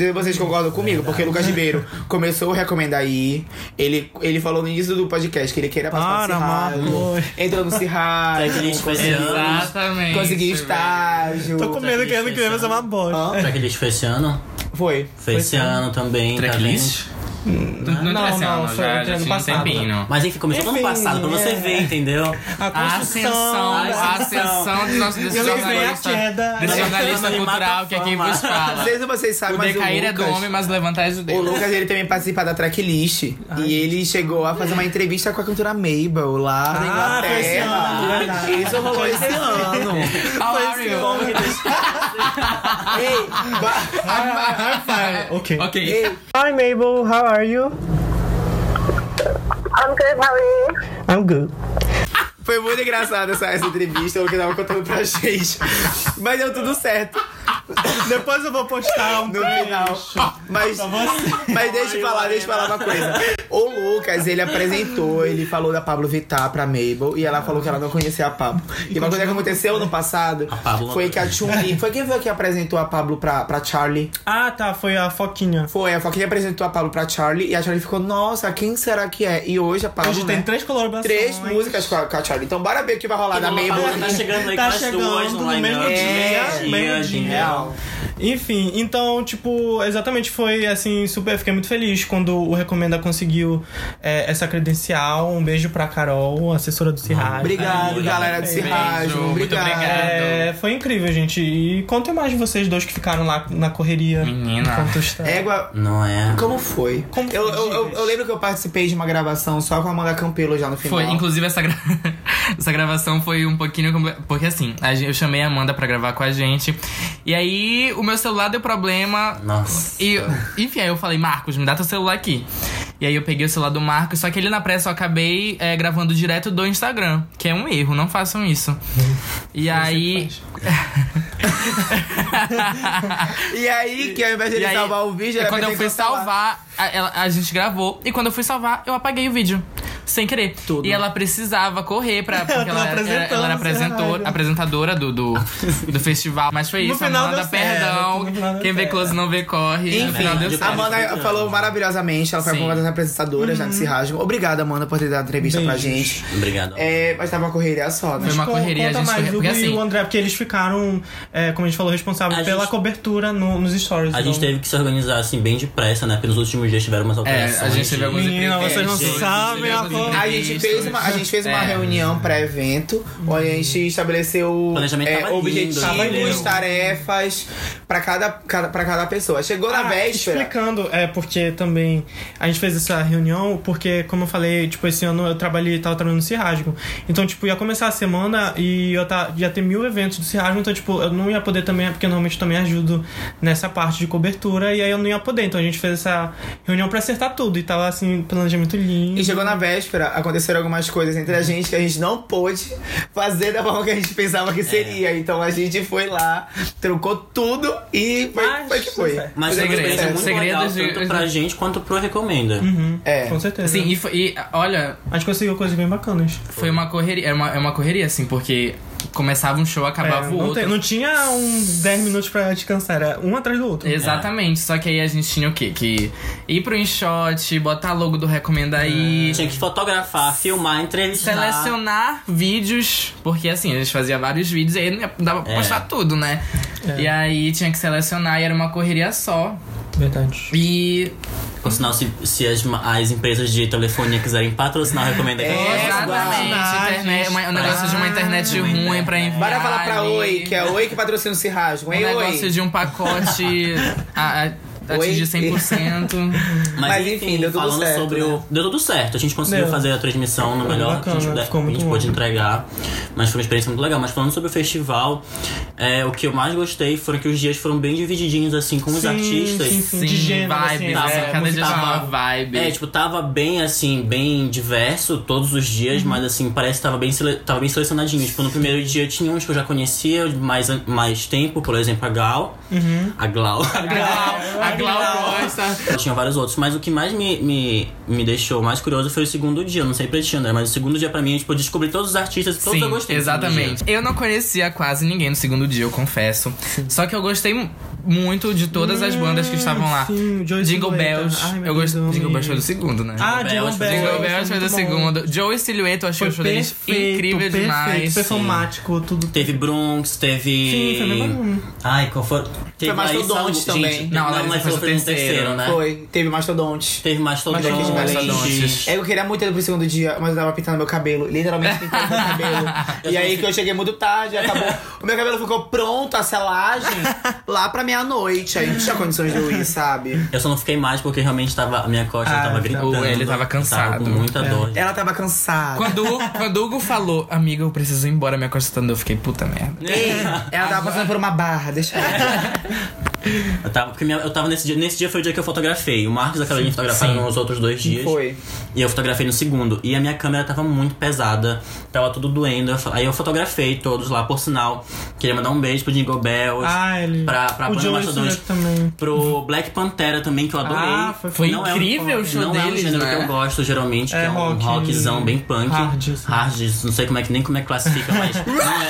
B: é.
A: Vocês concordam comigo? Porque o Lucas Ribeiro começou a recomendar aí. Ele, ele falou no início do podcast que ele queria participar
B: Para,
A: do Cirrado.
B: Marcos.
A: Entrou no Cirrado.
C: Aí a gente fez esse ano.
D: Exatamente.
A: Consegui estágio.
B: Tô com medo que ano que vem vai ser uma bosta.
A: Hã?
C: Será que eles fez esse ano?
A: Foi.
C: Fez esse ano também. tá
D: Tracklist? Não, não,
B: Não,
D: não,
B: não,
D: não,
B: foi
D: já,
B: ano
D: já tinha um
B: passado.
D: tempinho.
C: vendo? Mas enfim, começou no ano
B: Enfim,
C: passado, pra você
B: é.
C: ver, entendeu?
B: A
D: A
B: construção.
D: ascensão, a ascensão do nosso desse
B: Eu lembro que vem a
D: jornalista,
B: queda.
D: desse
B: Aí
D: é jornalista
C: ele mata a
D: cultural que é quem
C: fama.
D: vos
A: Não
D: fala.
A: sei se vocês sabem,
D: O
A: mas o
D: decair é do
A: Lucas-
D: homem, mas levantar é
A: O
D: judeu.
A: Lucas, ele também participa da tracklist. e ele chegou a fazer uma entrevista com a cantora Mabel lá na
B: Ah, foi esse ano,
A: Inglaterra.
B: verdade.
A: É, Isso rolou esse ano.
D: How are you?
A: Ei, ba-
B: Ah, ok.
D: Ok.
A: Ei,
B: Hi Mabel, how are you?
E: I'm good, how are you?
B: I'm good.
A: foi muito engraçada essa, essa entrevista, o que tava contando pra gente. Mas deu tudo certo
B: Depois eu vou postar um
A: no final. Mas, mas deixa eu falar, deixa eu falar uma coisa. O Lucas, ele apresentou, ele falou da Pablo Vittar pra Mabel e ela falou que ela não conhecia a Pablo. E uma coisa que aconteceu no passado
C: A Pablo não
A: foi que a Chun-Li. Foi quem foi que apresentou a Pablo pra, pra Charlie?
B: Ah, tá, foi a Foquinha.
A: Foi, a Foquinha apresentou a Pablo pra Charlie e a Charlie ficou, nossa, quem será que é? E hoje a Pablo.
B: Hoje
A: né,
B: tem três colaborações.
A: três músicas com a, com a Charlie. Então bora ver o que vai rolar da
C: Não,
A: Mabel.
C: Tá chegando aí
B: Tá
C: com as duas né?
B: chegando
C: no
B: no mesmo
C: line-up.
A: dia,
B: meio dia.
C: genial.
B: Enfim, então, tipo, exatamente foi assim, super. Fiquei muito feliz quando o Recomenda conseguiu é, essa credencial. Um beijo pra Carol, assessora do
C: Ah,
B: Cirrado.
A: Obrigado, galera do
D: Beijo,
A: Cirrasmo.
D: muito
A: Obrigado.
D: obrigado.
B: É, foi incrível, gente. E contem mais de vocês dois que ficaram lá na correria.
D: Menina.
B: enquanto está-
A: Égua.
C: Não é?
A: Como foi?
B: Como
A: eu,
B: foi,
A: eu, eu-
B: gente?
A: eu lembro que eu participei de uma gravação só com a Amanda Campelo já no final.
D: Foi, inclusive essa, gra- essa gravação foi um pouquinho. compli- Porque assim, a gen- eu chamei a Amanda pra gravar com a gente. E aí o meu celular deu problema.
C: Nossa.
D: E, enfim, aí eu falei, Marcos, me dá teu celular aqui. E aí eu peguei o celular do Marcos, só que ele na pressa eu acabei é, gravando direto do Instagram, que é um erro, não façam isso. E aí.
A: E aí, que ao invés de ele
D: E aí, é
A: salvar o vídeo, ele
D: quando eu fui salvar, a, ela- a gente gravou. E quando eu fui salvar, eu apaguei o vídeo. Sem querer. E ela precisava correr pra.
B: Ela
D: Porque ela,
B: tava
D: era- ela,
B: apresentando,
D: era apresentador-
B: caralho.
D: apresentadora do, do, do festival. Mas foi
B: No
D: isso.
B: final
D: Amanda,
B: deu certo, É,
D: perdão.
B: no final deu
D: Quem vê
B: certo.
D: close não vê corre. no
A: Enfim,
D: final deu
A: a
D: certo.
A: Amanda falou maravilhosamente, ela foi
D: né? Sim. Uhum.
A: uma das apresentadoras já de Cirrasmo. Obrigada, Amanda, por ter dado entrevista pra gente.
C: Obrigado.
A: É, mas tava uma correria só, né?
D: Foi uma
B: Co-
D: correria, a
B: conta
D: gente
B: mais,
D: correu.
B: Hugo
D: Porque
B: e
D: assim.
B: o André, porque eles ficaram, é, como a gente falou, responsáveis
C: A
B: pela
C: gente-
B: cobertura no- nos stories.
C: A gente
B: então-
C: teve que se organizar assim bem depressa, né? Porque nos últimos dias tiveram umas
D: É,
C: alterações.
D: a gente teve
C: de-
D: alguns
B: Menina,
D: imprevistos,
B: vocês não
D: a gente teve
B: sabem a
D: alguns Uhum.
A: A gente fez uma, a gente fez uma
D: É.
A: reunião pré-evento, onde a gente estabeleceu
C: Uhum. Planejamento
A: é,
C: tava lindo,
A: objetivos,
C: tava
B: lindo.
A: tarefas pra cada, cada, pra cada pessoa. Chegou na
B: Ah,
A: véspera.
B: Explicando, é, porque também a gente fez essa reunião, porque, como eu falei, tipo, esse ano eu trabalhei, tava trabalhando no Cirrasgo. Então, tipo, ia começar a semana e eu tá, ia ter mil eventos do Cirrasgo, então, tipo, eu não ia poder também, porque normalmente eu também ajudo nessa parte de cobertura, e aí eu não ia poder. Então a gente fez essa reunião pra acertar tudo, e tava assim, planejamento lindo.
A: E chegou na véspera, aconteceram algumas coisas entre a gente que a gente não pôde fazer da forma que a gente pensava que seria. Então a gente foi lá, trocou tudo e foi,
B: Mas,
A: foi que foi.
C: Mas foi uma
D: Segredos,
C: experiência muito legal,
D: segredos de-
C: tanto pra gente quanto pro Recomenda.
A: É.
B: Com certeza.
D: Assim, e, foi- e olha,
B: A gente conseguiu coisas bem bacanas.
D: foi uma correria. É uma, é uma correria, assim, porque começava um show, acabava
B: É,
D: o
B: não,
D: outro.
B: tem- não tinha uns 10 minutos pra descansar, era um atrás do
A: É.
B: outro.
D: Exatamente, só que aí a gente tinha o quê? Que ir pro enxote, botar logo do Recomenda aí.
A: É.
C: Tinha que fotografar, filmar, entrevistar.
D: Selecionar vídeos, porque assim, a gente fazia vários vídeos e aí não ia- dava pra
C: É.
D: postar tudo, né?
A: É.
D: E aí tinha que selecionar e era uma correria só.
B: Verdade.
D: E.
C: Por sinal, se, se as, ma- as empresas de telefonia quiserem patrocinar, recomenda que
A: É, Ah,
D: exatamente,
B: guardagens,
D: internet, uma- um negócio de uma internet
C: uma
D: ruim
C: internet.
D: pra enviar.
A: Bora falar pra
D: ali.
A: Oi, que é a Oi que patrocina o Cirrasgo.
D: Um
A: Hein,
D: negócio
A: Oi?
D: de um pacote a, a,
A: Oi?
D: atingir 100%.
C: Mas,
A: Mas,
C: enfim,
A: enfim, deu tudo
C: falando
A: certo,
C: sobre
A: né?
C: o. Deu tudo certo. A gente conseguiu
B: Deu.
C: fazer a transmissão no melhor
B: bacana,
C: que a gente,
B: ficou
C: puder- a
B: muito
C: gente
B: bom.
C: pôde entregar. Mas foi uma experiência muito legal. Mas falando sobre o festival, é, o que eu mais gostei foram que os dias foram bem divididinhos, assim, com os
B: Sim,
C: artistas.
B: sim, sim. De gênero,
D: vibe,
B: assim,
D: né?
B: é,
D: Cada dia
C: musical.
D: tinha uma vibe.
C: É, tipo, tava bem assim, bem diverso todos os dias, mas assim, parece que tava bem, sele- tava bem selecionadinho. Tipo, no primeiro dia tinha uns que eu já conhecia de mais, an- mais tempo, por exemplo, a Gal. A Glau.
D: a Glau gosta.
C: Tinha vários outros, mas o que mais me, me, me deixou mais curioso foi o segundo dia. Eu Não sei pra ti, André, mas o segundo dia pra mim, tipo, eu descobri todos os artistas e todos eu gostei. do segundo
D: exatamente.
C: dia.
D: Eu não conhecia quase ninguém no segundo dia, eu confesso. Só que eu gostei mu- muito de todas as bandas que estavam lá.
B: Sim, o Joey
D: Jingle
B: Silhouette.
D: Bells.
B: Ai, meu
D: eu
B: Deus,
D: gostei.
B: eu
D: Jingle
B: amei.
D: Bells foi do segundo, né?
B: Ah,
C: Bells,
B: Jingle Bells.
D: Jingle
C: Bells
D: Bells foi do
B: muito bom.
D: segundo. Joey Silhouette, eu achei
B: Foi
D: o show deles
B: perfeito,
D: incrível
B: perfeito,
D: demais.
B: performático, tudo.
C: Teve Bronx, teve.
B: Sim, foi bem bom.
C: Ai, qual foi? Teve
A: Mastodonte
C: Larissa-
A: também.
C: Gente,
D: Não, a
C: não,
D: Larissa
C: mas
D: foi
C: foi
D: o
C: foi no
D: terceiro,
C: terceiro, né?
A: Foi, teve Mastodonte.
C: Teve Mastodonte.
A: Daqui de Belém.
D: Mastodonte.
A: É, Eu queria muito ir pro segundo dia, mas eu tava pintando meu cabelo. Literalmente pintando meu cabelo. E aí que eu cheguei muito tarde, acabou. O meu cabelo ficou pronto, a selagem, lá pra meia-noite. Aí não tinha condições de eu ir, sabe?
C: Eu só não fiquei mais porque realmente tava, a minha costa
B: Ah, É.
C: tava
B: tá.
C: gritando.
D: Ou ele tava
C: Tava
D: cansado.
C: com muita dor.
A: Ela tava cansada.
D: Quando, quando o Hugo falou, amiga, eu preciso ir embora, minha costa tá andando, eu fiquei puta merda.
A: Ei, ela tava passando por uma barra, deixa ela.
C: Eu tava, porque minha- eu tava nesse dia. Nesse dia foi o dia que eu fotografei. O Marcos e a Carolina fotografaram nos outros dois dias.
A: Foi.
C: E eu fotografei no segundo. E a minha câmera tava muito pesada. Tava tudo doendo. Eu fa- Aí eu fotografei todos lá, por sinal. Queria mandar um beijo pro Jingle Bells.
B: Ah, ele.
C: Pra, pra
B: o
C: banda
B: Joey
C: Mastodonte.
B: Silhouette também.
C: Pro Black Pantera também, que eu adorei.
B: Ah, foi-
D: Foi
C: Não é um-
D: incrível o show
C: não é um
D: deles,
C: gênero
D: né?
C: que eu gosto, geralmente, que
B: É
C: é um
B: rock,
C: rockzão bem punk.
B: hard, assim.
C: Hard, não sei como é que nem como é que classifica, mas não é.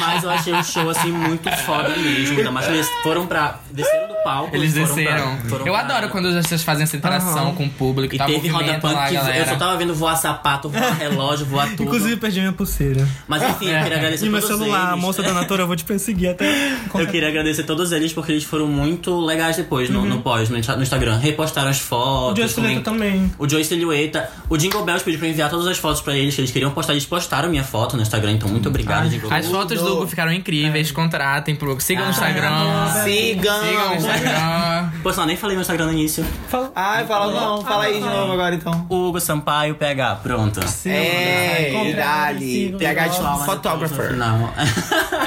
C: mas eu achei o show assim muito foda mesmo. Ainda mais que eles foram pra. Desceram do palco.
D: Eles
C: foram pra-
D: desceram.
C: foram
D: eu
C: pra-
D: adoro quando os artistas fazem essa interação
B: Aham.
D: com o público
C: E
D: e tal.
C: teve roda
D: movimentam
C: punk
D: lá a
C: que eu só
D: galera.
C: tava vendo voar sapato, voar relógio, voar tudo.
B: Inclusive, perdi minha pulseira.
C: mas enfim, eu queria agradecer
B: E meu
C: todos
B: celular, a
C: eles.
B: moça da Natura, eu vou te perseguir até.
C: Eu queria agradecer todos eles porque eles foram muito legais depois no, no pós, no, Insta- no Instagram. Repostaram
B: Uhum.
C: as
B: O
C: fotos.
B: Joey Silhouette
C: comen-
B: também. é
C: O Joey Silhueta, o Jingle Bells pediu pra eu enviar todas as fotos pra eles que eles queriam postar. Eles postaram minha foto no Instagram, então muito
B: Ah,
C: obrigado, Jingle
D: As
C: Bells.
D: fotos do Hugo ficaram incríveis, contratem pro Hugo. Sigam no Instagram. Sigam né? no
A: Sigam!
D: Instagram.
C: Pô, só nem falei meu Instagram no início.
B: Fala.
D: Ah,
A: Ai, fala não, fala aí de novo agora então.
C: Hugo Sampaio PH, pronto.
A: É,
B: Compra,
A: Irali,
B: sigam,
A: PH de
B: sigam.
A: photographer.
C: Não.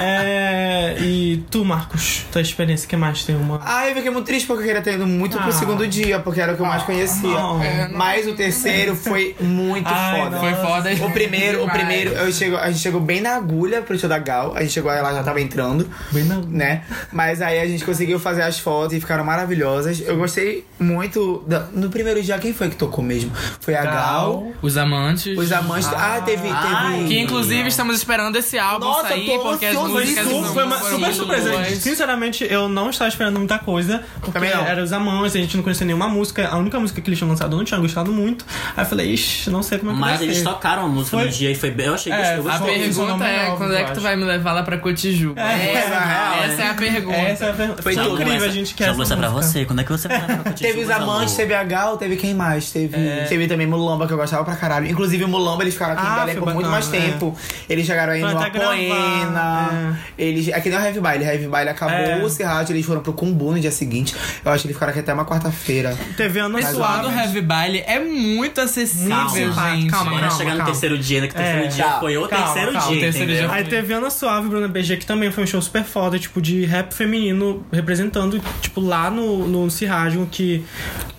B: É. E tu, Marcos, tua experiência, que mais tem uma?
A: Ah, eu fiquei muito triste porque eu queria ter ido muito pro
B: Ah.
A: segundo dia, porque era o que eu mais conhecia.
B: não. É,
A: Mas o terceiro foi muito
B: Ai,
A: foda.
D: Foi foda.
A: O primeiro, o
D: demais.
A: primeiro, eu chego, a gente chegou bem na agulha pro show da Gal. A gente chegou, ela já tava entrando,
B: Bem na.
A: né? Mas aí a gente conseguiu fazer as fotos e ficaram maravilhosas. Eu gostei muito. da- no primeiro dia, quem foi que tocou mesmo? Foi a Gal,
D: Os amantes.
A: os amantes. Ah, teve. teve...
C: Ai,
D: Que inclusive estamos esperando esse álbum
A: Nossa,
D: sair,
A: tô
D: porque as
A: ansioso,
D: músicas
A: isso
D: não
B: Foi uma
D: foram
C: um
B: super
D: muito
B: surpresa.
D: boas.
B: gente. Sinceramente, eu não estava esperando muita coisa. Porque
A: Também não.
B: era os amantes, a gente não conhecia nenhuma música. A única música que eles tinham lançado eu não tinha gostado muito. Aí eu falei, ixi, não sei como é que
C: Mas
B: vai
C: eles
B: ser.
C: tocaram a música
B: Foi-
C: no dia e foi bem. Eu achei que
B: É,
C: eu
D: A
B: Só-
C: gostei.
B: só não
D: pergunta é
B: melhor,
D: quando é que
B: eu
D: tu
B: acho.
D: vai me levar lá pra Cotijuba?
B: É,
D: Essa,
A: é real,
D: essa é a pergunta.
B: Essa é a ver-
D: Foi
B: Foi
D: tudo.
B: incrível, a gente quer
C: Já
B: essa
C: vou mostrar pra
B: música.
C: você. Quando é que você vai pra faculdade de
A: Teve os
C: Judas,
A: amantes,
C: amor?
A: teve a Gal, teve quem mais? Teve, teve também Mulamba, que eu gostava pra caralho. Inclusive, o Mulamba, eles ficaram aqui
B: É. Ah,
A: em Belém
B: foi
A: por muito mais
B: bacana,
A: tempo. Eles chegaram aí
B: Foi
A: no
B: até
A: Apoena.
B: gravar,
A: Eles, aqui deu Heavy Baile. Heavy Baile acabou
B: É.
A: o Serrat, eles foram pro Kumbu no dia seguinte. Eu acho que eles ficaram aqui até uma quarta-feira.
B: Teve Ana
D: pessoal do
B: Suave.
D: Heavy Baile é muito acessível,
C: Calma,
D: gente.
B: calma,
C: Bora
B: calma,
C: chegar no
B: calma.
C: terceiro dia, né? Que o terceiro
B: É,
C: dia
A: calma,
C: foi o
D: calma,
C: terceiro
D: calma,
C: dia,
D: o terceiro
C: entendeu?
D: dia
B: Aí teve Ana Suave e Bruna BG, que também foi um show super foda, tipo, de rap feminino representando, tipo, lá no, no Cirragem, que,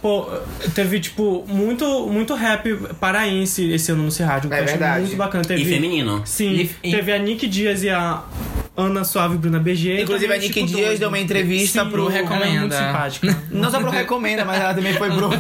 B: pô, teve, tipo, muito, muito rap paraense esse ano no Cirragem.
A: É verdade.
B: Muito bacana. Teve,
C: E feminino.
B: Sim,
D: E- e-
B: teve a Nick Dias e a Ana Suave e Bruna BG.
A: Inclusive, a Nick
B: tipo,
A: Dias
B: doido.
A: deu uma entrevista
B: Sim,
A: pro né?
B: ela é muito
D: Recomenda.
B: simpática.
A: Não só pro Recomenda, mas ela também foi pro.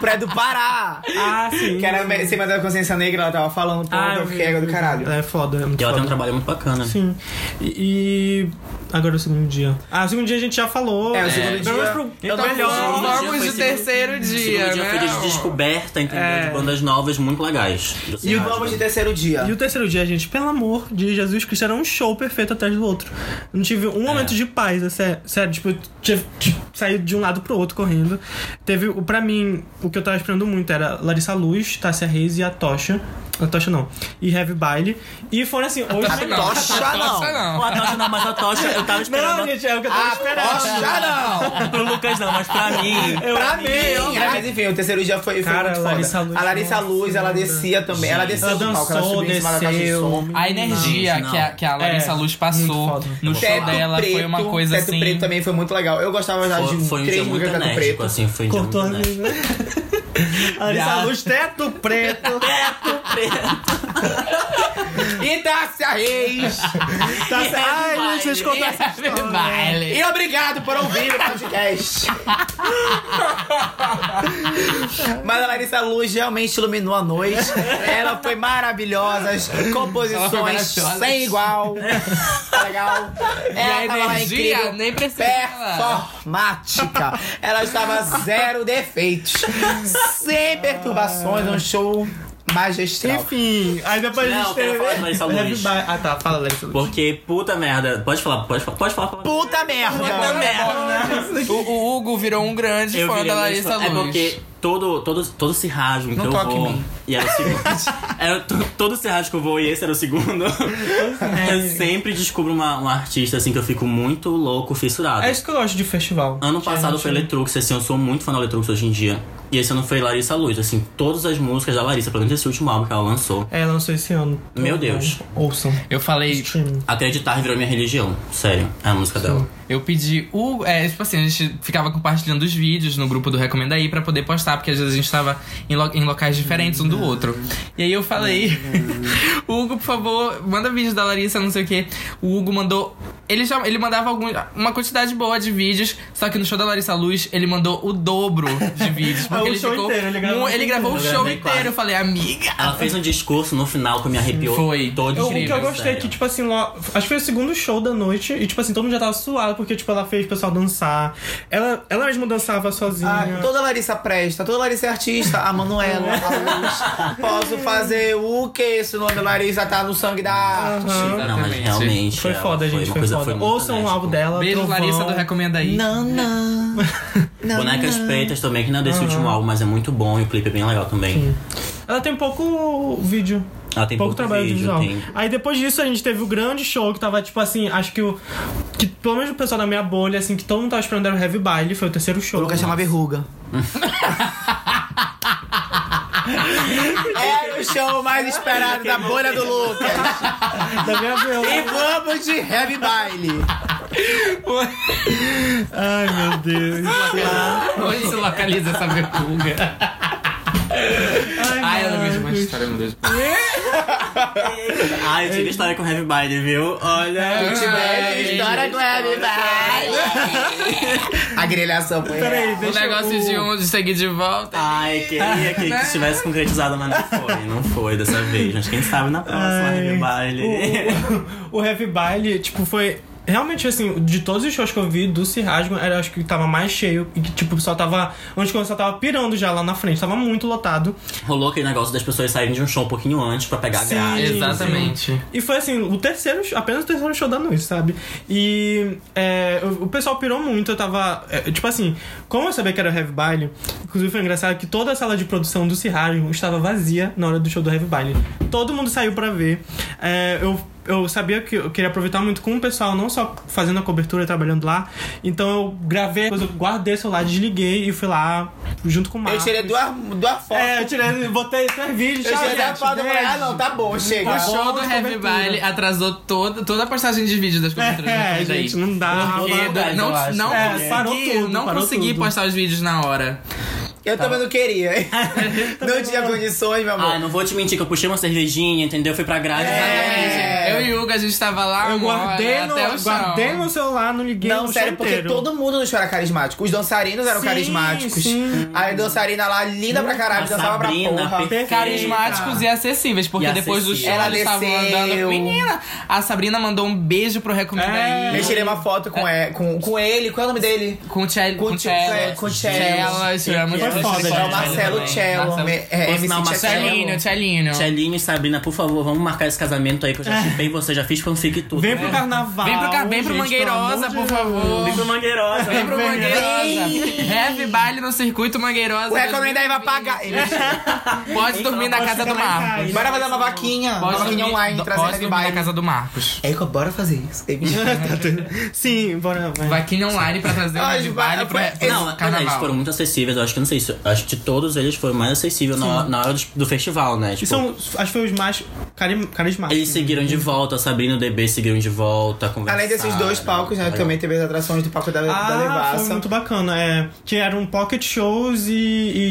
A: pra do Pará!
B: ah, sim.
A: Que era semana da consciência negra, ela tava falando, pô,
B: Ah,
A: eu
B: eu
A: fiquei
B: vi,
A: égua
B: eu
A: do
B: vi.
A: caralho.
B: Ela é foda, é muito
C: E ela tem um
B: foda.
C: trabalho muito bacana.
B: Sim. E, e agora o segundo dia. Ah, o segundo dia a gente já falou.
A: É, o segundo
B: Pelo
A: dia-
B: menos pro-
A: Eu
B: pro
A: não
B: melhor.
A: vou-
C: dia
D: Vamos
C: foi
D: de
C: segundo-
D: terceiro
C: O segundo
D: dia,
C: dia
D: né?
C: foi de descoberta, entendeu?
D: É.
C: De bandas novas muito legais.
A: E o vamos de terceiro dia.
B: E o terceiro dia, gente, pelo amor de Jesus Cristo, era um show perfeito atrás do outro. Não tive um momento de paz, é sé- sério. Tipo, eu tive, tive, saí de um lado pro outro correndo. Teve, o- pra mim, o que eu tava esperando muito era Larissa Luz, Tássia Reis e a Tocha. A Tocha não. E Heavy Baile. E foram assim, hoje.
A: A tocha
D: Tocha
A: não!
C: Não, a tocha não, mas a tocha eu tava esperando.
B: Não, gente, é o que eu tava esperando.
A: Tocha Ah, não!
C: Ah, Pro Lucas não, mas pra mim.
A: Pra mim,
C: pra
A: mas enfim, o terceiro dia foi, foi
B: Cara,
A: muito
B: a Larissa
A: foda.
B: Luz,
A: a Larissa
B: nossa,
A: Luz, ela
B: cara.
A: descia também. Ela desceu
B: Ela
A: do palco, ela
B: dançou,
A: subiu em cima da caixa de som.
B: desceu.
D: A energia
C: Não,
D: que, a,
C: não.
D: que a Larissa
B: É,
D: Luz passou
B: muito foda.
D: no show
A: Teto
D: dela
A: preto,
D: foi uma coisa
A: teto
D: assim.
A: preto também foi muito legal. Eu gostava já
C: Foi,
A: de
C: foi um dia
A: três
C: muito
A: músicas teto preto.
C: enérgico, assim, foi um
B: Cortou
C: dia
B: a
C: muito enérgico.
B: menina. Larissa Luz, teto preto.
C: assim.
A: E Tássia Reis!
B: Tá certo. Ai,
C: baile.
B: gente, vocês
D: É
B: contaram essa história.
D: Heavy Baile.
A: e obrigado por ouvir o podcast. Mas a Larissa Luz realmente iluminou a noite. Ela foi maravilhosa. As
D: Ela foi
A: composições
D: maravilhosa.
A: sem igual. Tá legal.
D: E
A: Ela
D: a
A: tava lá
D: energia, né?
A: incrível.
D: nem precisa falar.
A: performática. Ela estava zero defeitos, sem perturbações, um show magistral.
B: Enfim, aí depois a
C: Não,
B: gente
C: eu quero falar de Larissa Luz.
B: Heavy Baile. Ah tá, fala Larissa Luz.
C: Porque, puta merda. Pode falar, pode falar, pode falar. Pode falar.
A: Puta merda.
C: Puta merda.
D: O, o Hugo virou um grande fã
C: virei
D: da Larissa
C: Luz.
D: Luz.
C: É porque todo, todo, todo esse rasgo que
D: Não
C: eu
D: toque
C: vou.
D: em mim.
C: E era o segundo. era to- todo esse rasgo que eu vou e esse era o segundo.
D: É,
C: eu sempre descubro uma, uma artista assim que eu fico muito louco, fissurado.
B: É isso que eu gosto de festival.
C: Ano passado foi Eletrux, assim, eu sou muito fã da Eletrux hoje em dia. E esse ano foi Larissa Luz, assim, todas as músicas da Larissa, pelo menos esse último álbum que ela lançou.
B: É, lançou esse ano.
C: Meu Deus.
B: Ouçam.
D: Eu falei,
B: Streaming.
C: Acreditar virou minha religião, sério, é a música dela.
D: eu pedi o. É, tipo assim, a gente ficava compartilhando os vídeos no grupo do Recomenda aí pra poder postar, porque às vezes a gente tava em, lo- em locais diferentes um do outro. E aí eu falei, Hugo, por favor, manda vídeo da Larissa, não sei o quê. O Hugo mandou. Ele já ele mandava algum, uma quantidade boa de vídeos, só que no show da Larissa Luz ele mandou o dobro de vídeos. Porque
B: É o
D: ele
B: show
D: ficou
B: inteiro, ele gravou
D: mu-
B: o
D: ele
B: show
D: gravou o
C: inteiro.
D: show
C: Eu gravei
D: inteiro. Eu falei, amiga.
C: Ela fez um discurso no final que me arrepiou
D: Foi.
C: todo
B: Eu, o que
C: incrível,
B: eu gostei é
C: sério.
B: que, tipo assim, lo- acho que foi o segundo show da noite e, tipo assim, todo mundo já tava suado porque, tipo, ela fez o pessoal dançar. Ela, ela mesma dançava sozinha.
A: Ah, toda Larissa presta, toda Larissa é artista. A Manuela, a Luz. Posso fazer o que? Se o nome Larissa tá no sangue da arte.
C: Não, mas
D: Exatamente.
C: realmente.
B: Foi
C: ela
B: foda, gente,
C: uma
B: foi
C: coisa-
B: foda.
C: muito
B: Ouçam o
C: enérgico.
B: álbum dela.
D: Beijo,
B: Trovão.
D: Larissa do Recomenda aí.
A: Não, não. não
C: Bonecas
A: não.
C: Pretas também, que não é desse último álbum, mas é muito bom e o clipe é bem legal também.
B: Ela tem pouco vídeo.
C: Ela tem
B: pouco
C: pouco,
B: trabalho
C: vídeo,
B: visual.
C: tem-
B: Aí depois disso a gente teve o grande show que tava tipo assim, acho que o. Que pelo menos o pessoal da minha bolha, assim, que todo mundo tava esperando era o Heavy Baile, foi o terceiro show.
A: O Lucas chama verruga. Era o show mais esperado da bolha do Lucas.
B: Da minha
A: E
B: bolha.
A: vamos de heavy baile.
B: Ai meu Deus.
D: Onde se localiza essa verruga? Ai, ela é
B: meu
D: me
B: Deus.
D: uma história, meu Deus.
C: Ai, eu
B: É.
C: tive história com Heavy Biden, viu? Olha.
A: Tivemos história com heavy baile. A grelhação foi.
B: Peraí,
A: real.
D: O
B: deixa Ah,
D: negócio de um de seguir de volta.
C: Ai, queria que isso tivesse concretizado, mas não foi. Não foi dessa vez. Mas quem sabe na próxima
B: Ai.
C: Heavy Baile.
B: O, o Heavy Baile, tipo, foi. Realmente, assim, de todos os shows que eu vi do Cirrasgo, era acho que tava mais cheio e que, tipo, só tava. Onde eu só tava pirando já lá na frente, tava muito lotado.
C: Rolou aquele negócio das pessoas saírem de um show um pouquinho antes pra pegar a
B: Sim.
C: grade.
D: Exatamente.
B: E foi assim, o terceiro, apenas o terceiro show da noite, sabe? E é, o, o pessoal pirou muito, eu tava. é, tipo assim, como eu sabia que era o Heavy Baile, inclusive foi engraçado que toda a sala de produção do Cirrasmo estava vazia na hora do show do Heavy Baile. Todo mundo saiu pra ver. É, eu. Eu sabia que eu queria aproveitar muito com o pessoal, não só fazendo a cobertura e trabalhando lá. Então eu gravei, depois eu guardei o celular, desliguei e fui lá junto com o
A: Eu
B: Marcos.
A: tirei duas, duas fotos.
B: É, eu tirei, botei três vídeos,
A: eu
B: tchau,
A: tirei da
B: gente,
A: foto e falei,
B: beijo.
A: ah, não, tá bom, chega.
D: O
B: Tá bom.
D: show do
B: de
D: Heavy
B: cobertura.
D: Baile atrasou toda, toda a postagem de vídeo das coberturas.
B: É,
D: né, daí.
B: gente, não dá.
D: Porque
C: Rolou
D: da-
C: mais,
D: não,
C: eu acho.
D: não
B: É,
D: consegui,
B: parou tudo,
D: não
B: parou
D: consegui
B: tudo.
D: postar os vídeos na hora.
A: Eu também não queria. não tinha condições, meu amor.
C: Ah, não vou te mentir que eu puxei uma cervejinha, entendeu? Fui pra grade.
A: É.
D: Eu e o Hugo, a gente tava lá
B: Eu
D: uma hora,
B: guardei no,
D: né? até o chão.
B: guardei no celular, não liguei
A: Não,
B: no
A: sério,
B: show
A: porque
B: inteiro.
A: todo mundo no show era carismático. Os dançarinos eram
B: Sim,
A: carismáticos.
B: sim.
A: Aí a dançarina lá, linda pra caralho,
C: A
A: dançava
C: Sabrina,
A: pra porra.
C: perfeita.
D: Carismáticos e acessíveis, porque
C: E
D: depois do show
C: acessíveis.
A: Ela
D: eles estavam
A: desceu.
D: andando. Menina, a Sabrina mandou um beijo pro Recomenda
B: É.
D: aí.
A: Eu tirei uma foto com, é, com, com ele, qual é o nome dele?
D: Com o Cello.
A: Com o Cello, é, com o Cello.
D: Cello, tiramos
B: Foi
D: foto
B: foda,
D: com
B: gente.
A: É o Marcelo
B: Cello
D: também.
A: Cello,
D: né? Marcelo-
A: me- é,
C: Ou
A: MC
C: não, Marcelo.
D: Cellinho, Cellinho.
C: Celino e Sabrina, por favor, vamos marcar esse casamento aí que eu já chipei você, já fiz fanfic e tudo. né?
B: Vem pro carnaval.
D: Vem pro, ca- vem pro
B: gente,
D: Mangueirosa,
B: pelo
D: por
B: amor de
D: favor.
C: Vem pro Mangueirosa.
D: Vem pro
B: Vem, vem.
D: Mangueirosa. Heavy baile no circuito Mangueirosa.
A: O recomenda aí vai pagar. Ele-
D: Pode dormir na
B: pode
D: casa
B: ficar
D: do
B: lá em
D: Marcos.
B: casa.
A: Bora fazer uma vaquinha. Uma
D: Pode
A: vaquinha
D: dormir,
A: online, trazendo
D: pode
A: ele
D: dormir na
A: baile.
D: casa do Marcos.
A: É, bora fazer isso.
B: Deus. Sim, bora. vai.
D: Vaquinha online pra trazer o
A: Ah,
D: Heavy
A: de-
D: Baile pro
A: foi-
C: Não,
D: pro
C: cara, eles foram
D: carnaval.
C: muito acessíveis. Eu acho que não sei se. Acho que de todos eles foram mais acessíveis na, na hora do, do festival, né?
B: E
C: Tipo,
B: são, acho que foi os mais cari- carismáticos.
C: eles seguiram de volta, a Sabrina e o DB seguiram de volta, conversaram.
A: Além desses dois palcos, né? Também teve as atrações do palco é da, da
B: Ah, foi
A: Devassa.
B: muito bacana. É, que eram pocket shows e,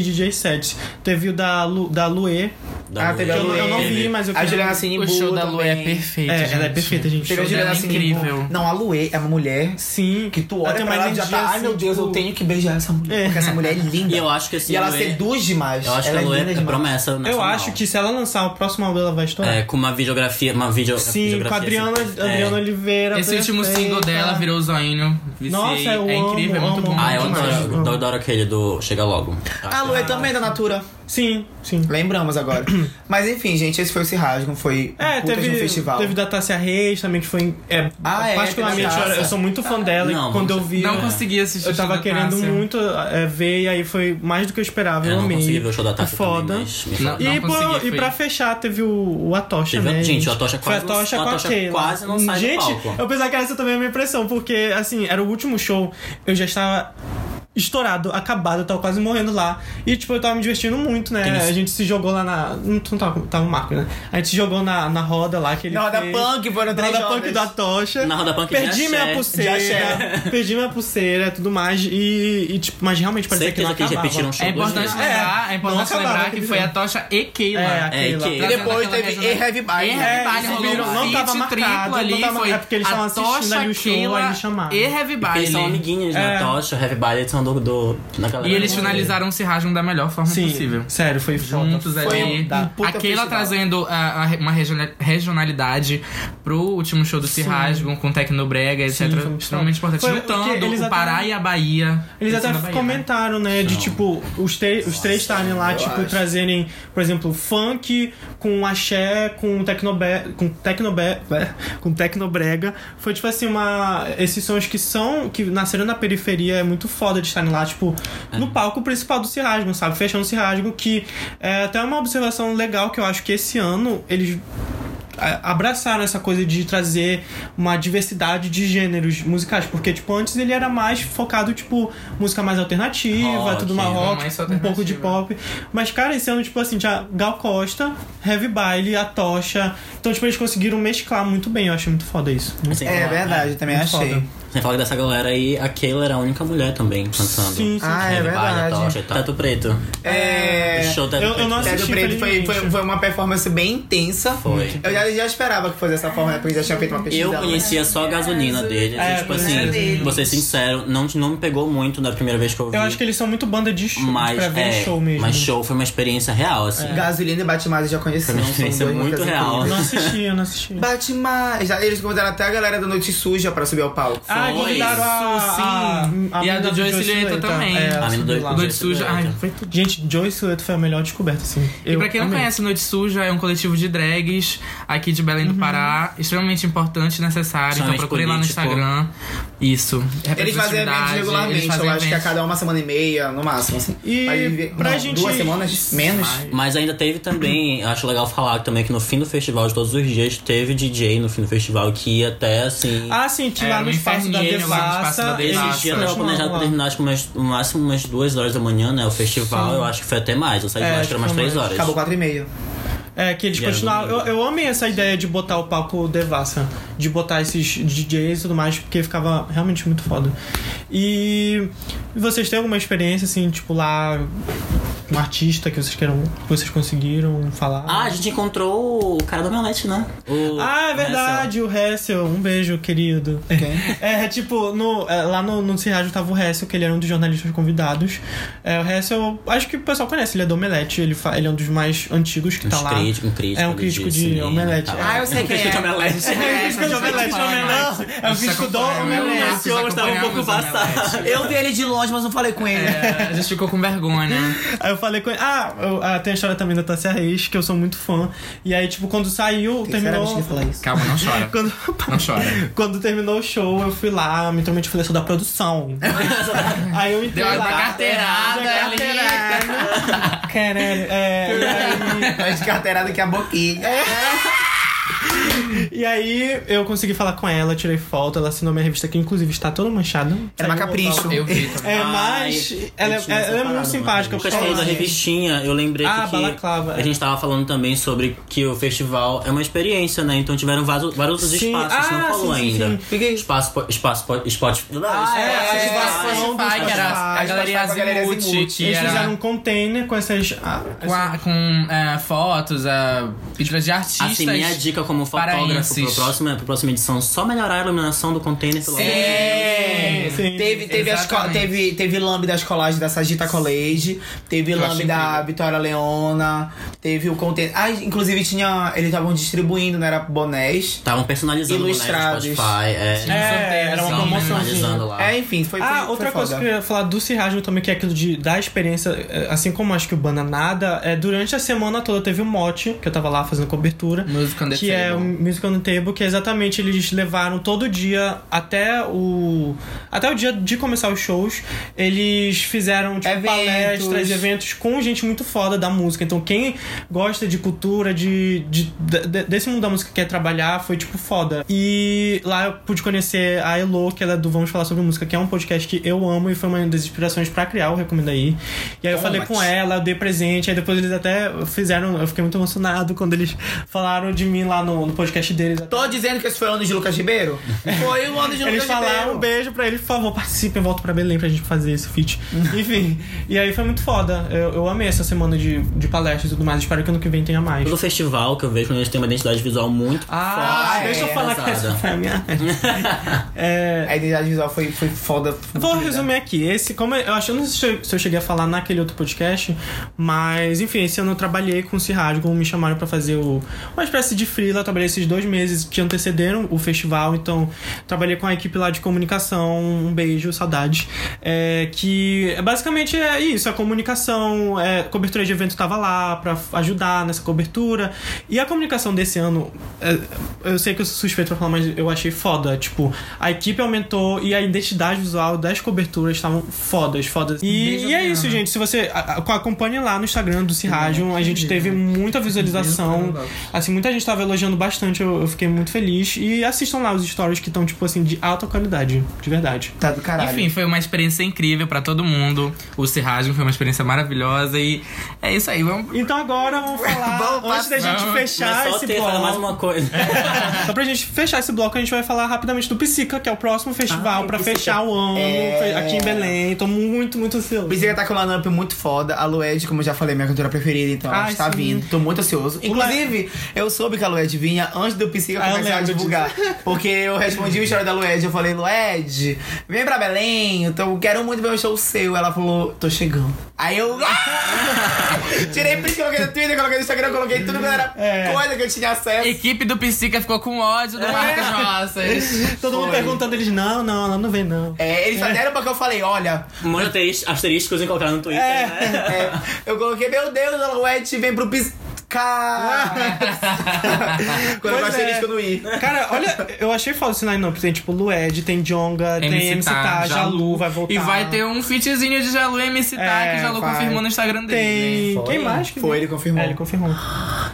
B: e DJ sets. Teve o da, Lu, da Luê.
C: Da
A: Ah, teve
B: que
A: a
B: Eu,
C: noite.
B: não- eu não
A: Luê.
B: vi, mas eu
A: A
B: queria-
A: Juliana Sinimbu
D: O show da Lua
A: também.
D: é perfeito.
B: É, ela é
D: gente.
B: perfeita, gente.
A: Teve a
D: Show
A: Juliana
D: dela é
A: Sinimbu.
D: incrível.
A: Não, a Luê é uma mulher
B: Sim.
A: que tu olha
B: tem assim,
A: pra ela e já tá... Ai, meu Deus,
B: tipo,
A: eu tenho que beijar essa mulher.
B: É.
A: Porque essa mulher é linda.
C: E eu acho que assim.
A: E ela
C: a Luê-
A: seduz demais.
C: Eu acho que
A: ela
C: a Luê
A: é linda
C: é
A: demais.
C: promessa.
B: Eu
C: nacional.
B: acho que se ela lançar o próximo álbum, ela vai estourar.
C: É, com uma videografia. Uma video,
B: Sim, com a
C: videografia,
B: Adriana,
C: assim,
B: Adriana
C: é.
B: Oliveira.
D: Esse último
B: perfeita.
D: single dela virou o zoinho. Viciei.
B: Nossa, eu
D: é
B: amo,
D: incrível, é muito
B: amo,
D: bom.
B: amo.
C: Ah, eu
B: Demais.
C: adoro, eu adoro aquele do Chega Logo.
A: A Luê também é da Natura.
B: Sim, sim.
A: Lembramos agora. Mas enfim, gente, esse foi o Cirrasgo. Foi
B: É,
A: um puta de
B: teve,
A: um festival.
B: teve da Tássia Reis também, que foi. É,
A: Ah, é,
B: particularmente,
A: teve a
B: eu,
A: Tássia.
B: eu sou muito fã dela.
C: Não,
B: e quando eu
C: não
B: vi.
D: Não consegui assistir.
B: É. Eu
D: o
B: tava
D: show da
B: querendo
D: Tássia.
B: muito é, ver, e aí foi mais do que eu esperava.
C: Eu
B: eu
C: não
B: amei. É
C: consegui ver o show da Tati.
B: Foda.
C: Também, mas me
D: Não,
C: fala.
B: E,
D: não
B: pô,
D: consegui,
B: e
D: foi-
B: pra fechar, teve o, o Atocha,
C: Teve-
B: né?
C: gente, o Atocha quase
B: Foi
C: não-
B: Atocha
C: o
B: com a
C: Atocha
B: Keila.
C: quase não sai do
B: Gente,
C: palco.
B: eu pensava que essa também é a minha impressão, porque, assim, era o último show, eu já estava estourado, acabado, eu tava quase morrendo lá. E, tipo, eu tava me divertindo muito, né?
C: Tem isso.
B: A gente se jogou lá na... Não, tu não tava, tava o Marco, né? A gente se jogou na, na roda lá, que ele
A: Na roda
B: fez.
A: punk, foram
B: Na
A: três
B: roda punk
A: rodas.
B: do Atocha.
C: Na roda punk de
B: Perdi
C: axé,
B: minha
C: de
B: pulseira,
A: axé.
B: perdi minha pulseira e tudo mais. E, e, tipo, mas realmente parecia que não
C: Certeza que eles
B: acabava.
C: repetiram o show
D: É
C: duas
D: importante
C: vezes.
D: lembrar, é importante
B: não acabava
D: lembrar que
B: aquele
D: foi a
B: jogo.
D: Tocha e Keila.
B: É,
D: É,
B: aquele
C: É, e
B: lá.
C: que-
A: E depois
D: Trazendo
A: teve
D: aquela
A: E
D: região-
A: Heavy Bye.
D: e
B: É,
D: Heavy Baile
B: eles
D: rolou
B: viram,
D: um
B: não tava
D: feat
B: marcado,
D: triplo
B: não
D: ali,
B: tava-
D: foi
B: é porque eles estavam
D: a
B: assistindo
D: Tocha,
B: ali o show, aí
D: Keila
B: me chamaram.
D: e Heavy
C: Porque
D: Baile.
C: eles são amiguinhos,
B: É.
C: né? Tocha, Heavy Baile, eles são do, do, na galera.
D: E eles
C: do-
D: finalizaram o Cirrasmo da melhor forma
B: né? Sim,
D: é possível.
B: sério, foi foda.
D: Juntos
A: Foi
D: ali.
A: um da-
D: a Keila
A: festival.
D: trazendo ah, a- a- uma regiona- regionalidade pro último show do Cirrasmo, com Tecnobrega, etc.
B: Sim, foi muito
D: extremamente
B: foda.
D: importante.
B: Foi porque
D: Juntando
B: eles
D: o Pará
B: até-
D: e a Bahia.
B: Eles
D: Pensando
B: até
D: na Bahia, né?
B: comentaram, né? De tipo, os, tre- os três estarem lá, tipo, trazerem, por exemplo, funk com axé, com tecnobe com tecnobe com tecnobrega. Foi tipo assim, uma. Esses sons que são. que nasceram na periferia é muito foda de estarem lá, tipo, no palco principal do Cirrasgo, sabe? Fechando o Cirrasgo, que é até uma observação legal que eu acho que esse ano eles a- abraçaram essa coisa de trazer uma diversidade de gêneros musicais, porque tipo antes ele era mais focado tipo música mais alternativa,
C: Rock,
B: tudo mais
C: né?
B: rock,
D: Mais
B: um pouco de pop. Mas cara, esse ano tipo assim, já Gal Costa, Heavy Baile, a Tocha. Então tipo eles conseguiram mesclar muito bem, eu acho muito foda isso. Muito
C: Assim,
A: É verdade, também
B: Muito
A: achei.
B: foda.
C: Sem falar que dessa galera aí, a Kayla era a única mulher também cantando.
B: Sim, sim.
A: Ah, é
C: Heavy Baile,
A: verdade.
C: Tocha, Teto Preto.
A: É.
C: O show Teto
B: Eu- eu
C: Preto.
B: não assisti.
A: Teto Preto foi, foi,
B: infelizmente.
A: foi uma performance bem intensa.
C: Foi.
A: Eu já, já esperava que fosse dessa forma, né? Porque já tinha feito uma pesquisa.
C: Eu conhecia só a gasolina dele.
B: É,
C: tipo
B: a
C: assim,
B: gasolina
E: dele.
C: vou ser sincero, não, não me pegou muito da primeira vez que eu vi.
B: Eu acho que eles são muito banda de show,
C: mas,
B: pra ver
C: é,
B: show mesmo. É.
C: mas show foi uma experiência real, assim.
A: Gasolina e Batman eu já conheci.
C: Foi uma
A: são
C: experiência
A: duas
C: muito
A: músicas
C: real.
B: Eu
A: incríveis.
B: não assisti, eu não assisti.
A: Batman. já- Eles convidaram até a galera da Noite Suja pra subir ao palco.
B: Ah,
C: Foi.
B: convidaram a,
D: Sim.
B: a,
D: E a
B: menina
D: do Joey Silheta também.
B: É,
D: A
B: ela
C: menina do-
B: subiu lá.
C: do-
D: Noite Suja. Ai,
B: Foi tudo. Gente, Joey Silheta foi a melhor descoberta, assim.
D: E
B: Eu
D: pra quem não
B: amei.
D: conhece, Noite Suja é um coletivo de drags aqui de Belém do
A: Uhum.
D: Pará, extremamente importante e necessário. Então
C: Extremamente
D: procurem
C: político.
D: lá no Instagram. Isso.
A: Eles fazem eventos
D: Representatividade,
A: regularmente,
D: Ah, é eles fazem
A: eu acho que a
D: eventos.
A: cada uma semana e meia, no máximo, assim.
B: E
A: Mas vive-
B: pra
A: não,
B: gente-
A: Duas semanas? Menos?
C: Mas ainda teve também, eu acho legal falar também que no fim do festival, de todos os dias, teve DJ no fim do festival que ia até assim.
B: Ah, sim, tinha
D: É,
B: lá no
D: no
B: espaço da
D: Inferninho, lá no espaço
B: Devassa.
D: da
B: eles
D: Devassa. né?
C: Eu tava
B: continuaram
C: planejado
B: lá.
C: pra terminar acho que umas, no máximo umas duas horas da manhã, né? O festival, eu acho que foi até mais. Eu saí de
B: É,
C: lá, acho que era umas
B: acho que
C: três
B: foi
C: horas.
A: Acabou quatro e meio.
B: É, que eles
C: E era
B: continuaram. Eu,
C: muito
B: eu amei essa ideia de botar o palco Devassa, de botar esses DJs e tudo mais, porque ficava realmente muito foda. E vocês têm alguma experiência, assim, tipo, lá, um artista que vocês queiram. que vocês conseguiram falar?
C: Ah, a gente encontrou o cara da Melete, né? O-
B: Ah, é verdade, o Hessel. Um beijo, querido. É, tipo, no, é, lá no, no Cirrádio tava o Hessel, que ele era um dos jornalistas convidados. É, o Hessel, acho que o pessoal conhece, ele é do Omelete, ele, fa- ele é um dos mais antigos que
C: Um
B: tá lá.
C: crítico, um crítico
B: É um
C: de
B: crítico de
C: cinema e
B: omelete.
C: tal.
B: Ah,
E: eu sei
C: Um
E: quem
C: crítico
E: é.
C: de
B: É,
C: omelete.
E: É,
B: o crítico do Omelete,
D: acompanha
B: Omelete. É o crítico do
D: acompanha
B: Omelete.
D: mais,
C: Eu
D: vocês
C: estava um pouco
D: acompanhavam os
C: passado.
E: Eu vi ele de longe, mas não falei com ele.
D: É, a gente ficou com vergonha. né?
B: Aí eu falei com ele. Ah, eu- ah, tem a história também da Tássia Reis, que eu sou muito fã. E aí, tipo, quando saiu,
A: Terceira vez que né?
B: terminou.
A: ele fala isso.
D: Calma, não chora.
B: Quando,
D: Não chora.
B: quando terminou o show, eu fui lá, me intrometi e falei, sou da produção. aí eu entrei
D: Deu uma
B: lá.
D: carteirada
B: Deu uma
D: ali.
B: carteirada. Caralho. É, e aí-
A: Mais carteirada que é a boquinha.
B: E aí eu consegui falar com ela, tirei foto, ela assinou minha revista que inclusive está toda manchada.
A: Era uma
B: Saiu
A: capricho.
B: voltada.
D: Eu vi também.
B: É,
C: Ai,
B: mas
C: Ah, eu
B: ela, é-
C: tinha
B: ela é
C: separado,
B: muito
C: mano.
B: simpática.
C: Lucas falou da revistinha, eu lembrei
B: Ah,
C: que
B: balaclava,
C: a
B: é.
C: gente tava falando também sobre que o festival é uma experiência, né? Então tiveram vários, vários outros
B: Sim.
C: espaços, a gente
B: Ah,
C: não falou
B: sim, sim,
C: ainha.
B: sim.
C: ainda. Espaço, po- espaço, po- Spotify. Ah,
A: é,
D: É,
A: ativação
D: ativação
B: do
D: Spotify, que
B: Spotify.
D: era a galeria
A: Spotify, a galeria
D: Azimuth,
A: Azimuth.
D: que
B: Eles
D: era
B: fizeram um container com essas. ah,
D: com, a- com, é, fotos, é, pinturas de artistas.
C: Assim, minha dica como fotógrafo
D: paraenses.
C: pra próxima, pra próxima edição, só melhorar a iluminação do container pelo amor de Deus.
A: É.
B: Sim.
A: Teve, teve, as co-
D: Exatamente.
A: teve, teve lambe das colagens da Sagita College, teve
D: Eu
A: lambe
D: achei
A: da
D: incrível.
A: Vitória Leona, teve o conteúdo. Ah, inclusive tinha. Eles estavam distribuindo, né? Era bonés.
C: Estavam personalizando o
A: Ilustrados.
C: Spotify. É,
D: um sorteio,
B: era uma
D: assim,
B: promoção.
C: personalizando lá.
A: É, enfim, foi foi-
B: Ah,
A: foi
B: outra coisa
A: foda.
B: que eu ia falar do Cirragem também, que é aquilo de da experiência, é, assim como acho que o Bananada, é, durante a semana toda teve o Mote, que eu tava lá fazendo cobertura.
D: Music on the
B: que
D: Table.
B: é o Music on the Table, que é exatamente eles levaram todo dia até o. Até o dia de começar os shows. Eles fizeram tipo,
A: Eventos.
B: palestras, eventos com gente muito foda da música. Então quem gosta de cultura, de, de- de- desse mundo da música que quer trabalhar, foi tipo foda. E lá eu pude conhecer a Elo, que ela é do Vamos Falar Sobre Música, que é um podcast que eu amo e foi uma das inspirações pra criar o Recomenda Aí. E aí eu
A: Toma,
B: falei com
A: Mati.
B: ela ela, eu dei presente. Aí depois eles até fizeram. Eu fiquei muito emocionado quando eles falaram de mim lá no, no podcast deles.
A: Tô dizendo que esse foi o ano de Lucas Ribeiro? Foi o ano de Lucas
B: Eles falaram um
A: Ribeiro.
B: beijo pra ele, por favor, participem, volta pra Belém pra gente fazer esse feat. Enfim, e aí foi muito foda. Eu, eu amei essa semana de, de palestras e tudo mais. Espero que ano que vem tenha mais.
C: Todo festival que eu vejo, quando eles têm uma identidade visual muito
B: Ah,
A: Foda,
B: deixa eu
A: é,
B: falar que
C: pesada.
B: essa foi a minha.
A: A identidade visual foi, foi foda.
B: Vou resumir aqui. Esse, como eu, eu acho, eu não sei se eu cheguei a falar naquele outro podcast, mas enfim, esse ano eu trabalhei com o Cirrádio, como me chamaram pra fazer o, uma espécie de freela. Eu trabalhei esses dois meses que antecederam o festival, então trabalhei com a equipe lá de comunicação. Um beijo, saudades. É, que é, basicamente é isso: a comunicação, é, cobertura de evento tava lá pra f- ajudar nessa cobertura. E a comunicação desse ano, é, eu sei que eu sou suspeito pra falar, mas eu achei foda. Tipo, a equipe aumentou e a identidade visual das coberturas estavam fodas, fodas. E,
D: Beijo,
B: e é
D: Diana.
B: isso, gente. Se você a- a- acompanha lá no Instagram do Cirrádio, a gente teve muita visualização. Assim, muita gente tava elogiando bastante, eu, eu fiquei muito feliz. E assistam lá os stories que estão, tipo assim, de alta qualidade, de verdade.
A: Tá do caralho.
D: Enfim, foi uma experiência incrível pra todo mundo. O Serragem foi uma experiência maravilhosa e é isso aí. Vamos...
B: Então agora vamos falar,
E: Vamos
B: antes da gente
D: passar.
B: fechar
C: Mas é só
B: esse
C: ter falar
B: bloco.
C: mais uma coisa.
B: Só pra gente fechar esse bloco, a gente vai falar rapidamente do Psica, que é o próximo festival
C: Ah,
B: pra
C: o Psica.
B: fechar o ano
A: É.
B: aqui em Belém. Tô muito, muito ansioso.
A: Bezerra tá com uma lineup muito foda. A Lued, como eu já falei, é minha cantora preferida, então ela
B: Ai,
A: está
B: sim.
A: vindo. Tô muito ansioso. Inclusive, eu soube que a Lued vinha antes do Psica
B: Ah, eu
A: começar a
B: lembro
A: divulgar. Porque eu respondi o história da Lued. Eu falei, Lued, vem pra Belém, eu tô- quero muito ver um show seu. Ela falou, tô chegando. Aí eu. Tirei print, coloquei no Twitter, coloquei no Instagram, coloquei tudo que era
B: É.
A: coisa que eu tinha acesso.
D: Equipe do Psica ficou com ódio do Marcas Nossas.
B: Todo mundo
A: Foi.
B: perguntando, eles, não, não, ela não vem, não.
A: É, eles só deram porque eu falei, olha,
C: Muitos asteris- asteriscos encontrar no Twitter,
B: É.
C: né?
A: é, eu coloquei, meu Deus, a Lued vem pro pisca. Quando eu
B: Pois
A: gostei,
B: é.
A: eles que eu não ia.
B: Cara, olha, eu achei foda esse line-up. Tem tipo Lued, tem Jonga, tem MC Tá, Jalu, vai voltar.
D: E vai ter um featzinho de Jalu e MC Tá,
B: É,
D: que o Jalu
A: vai.
D: confirmou no Instagram
B: Tem.
D: dele. né?
B: Quem mais? que
A: Foi,
B: vem?
A: ele confirmou.
B: É, ele confirmou.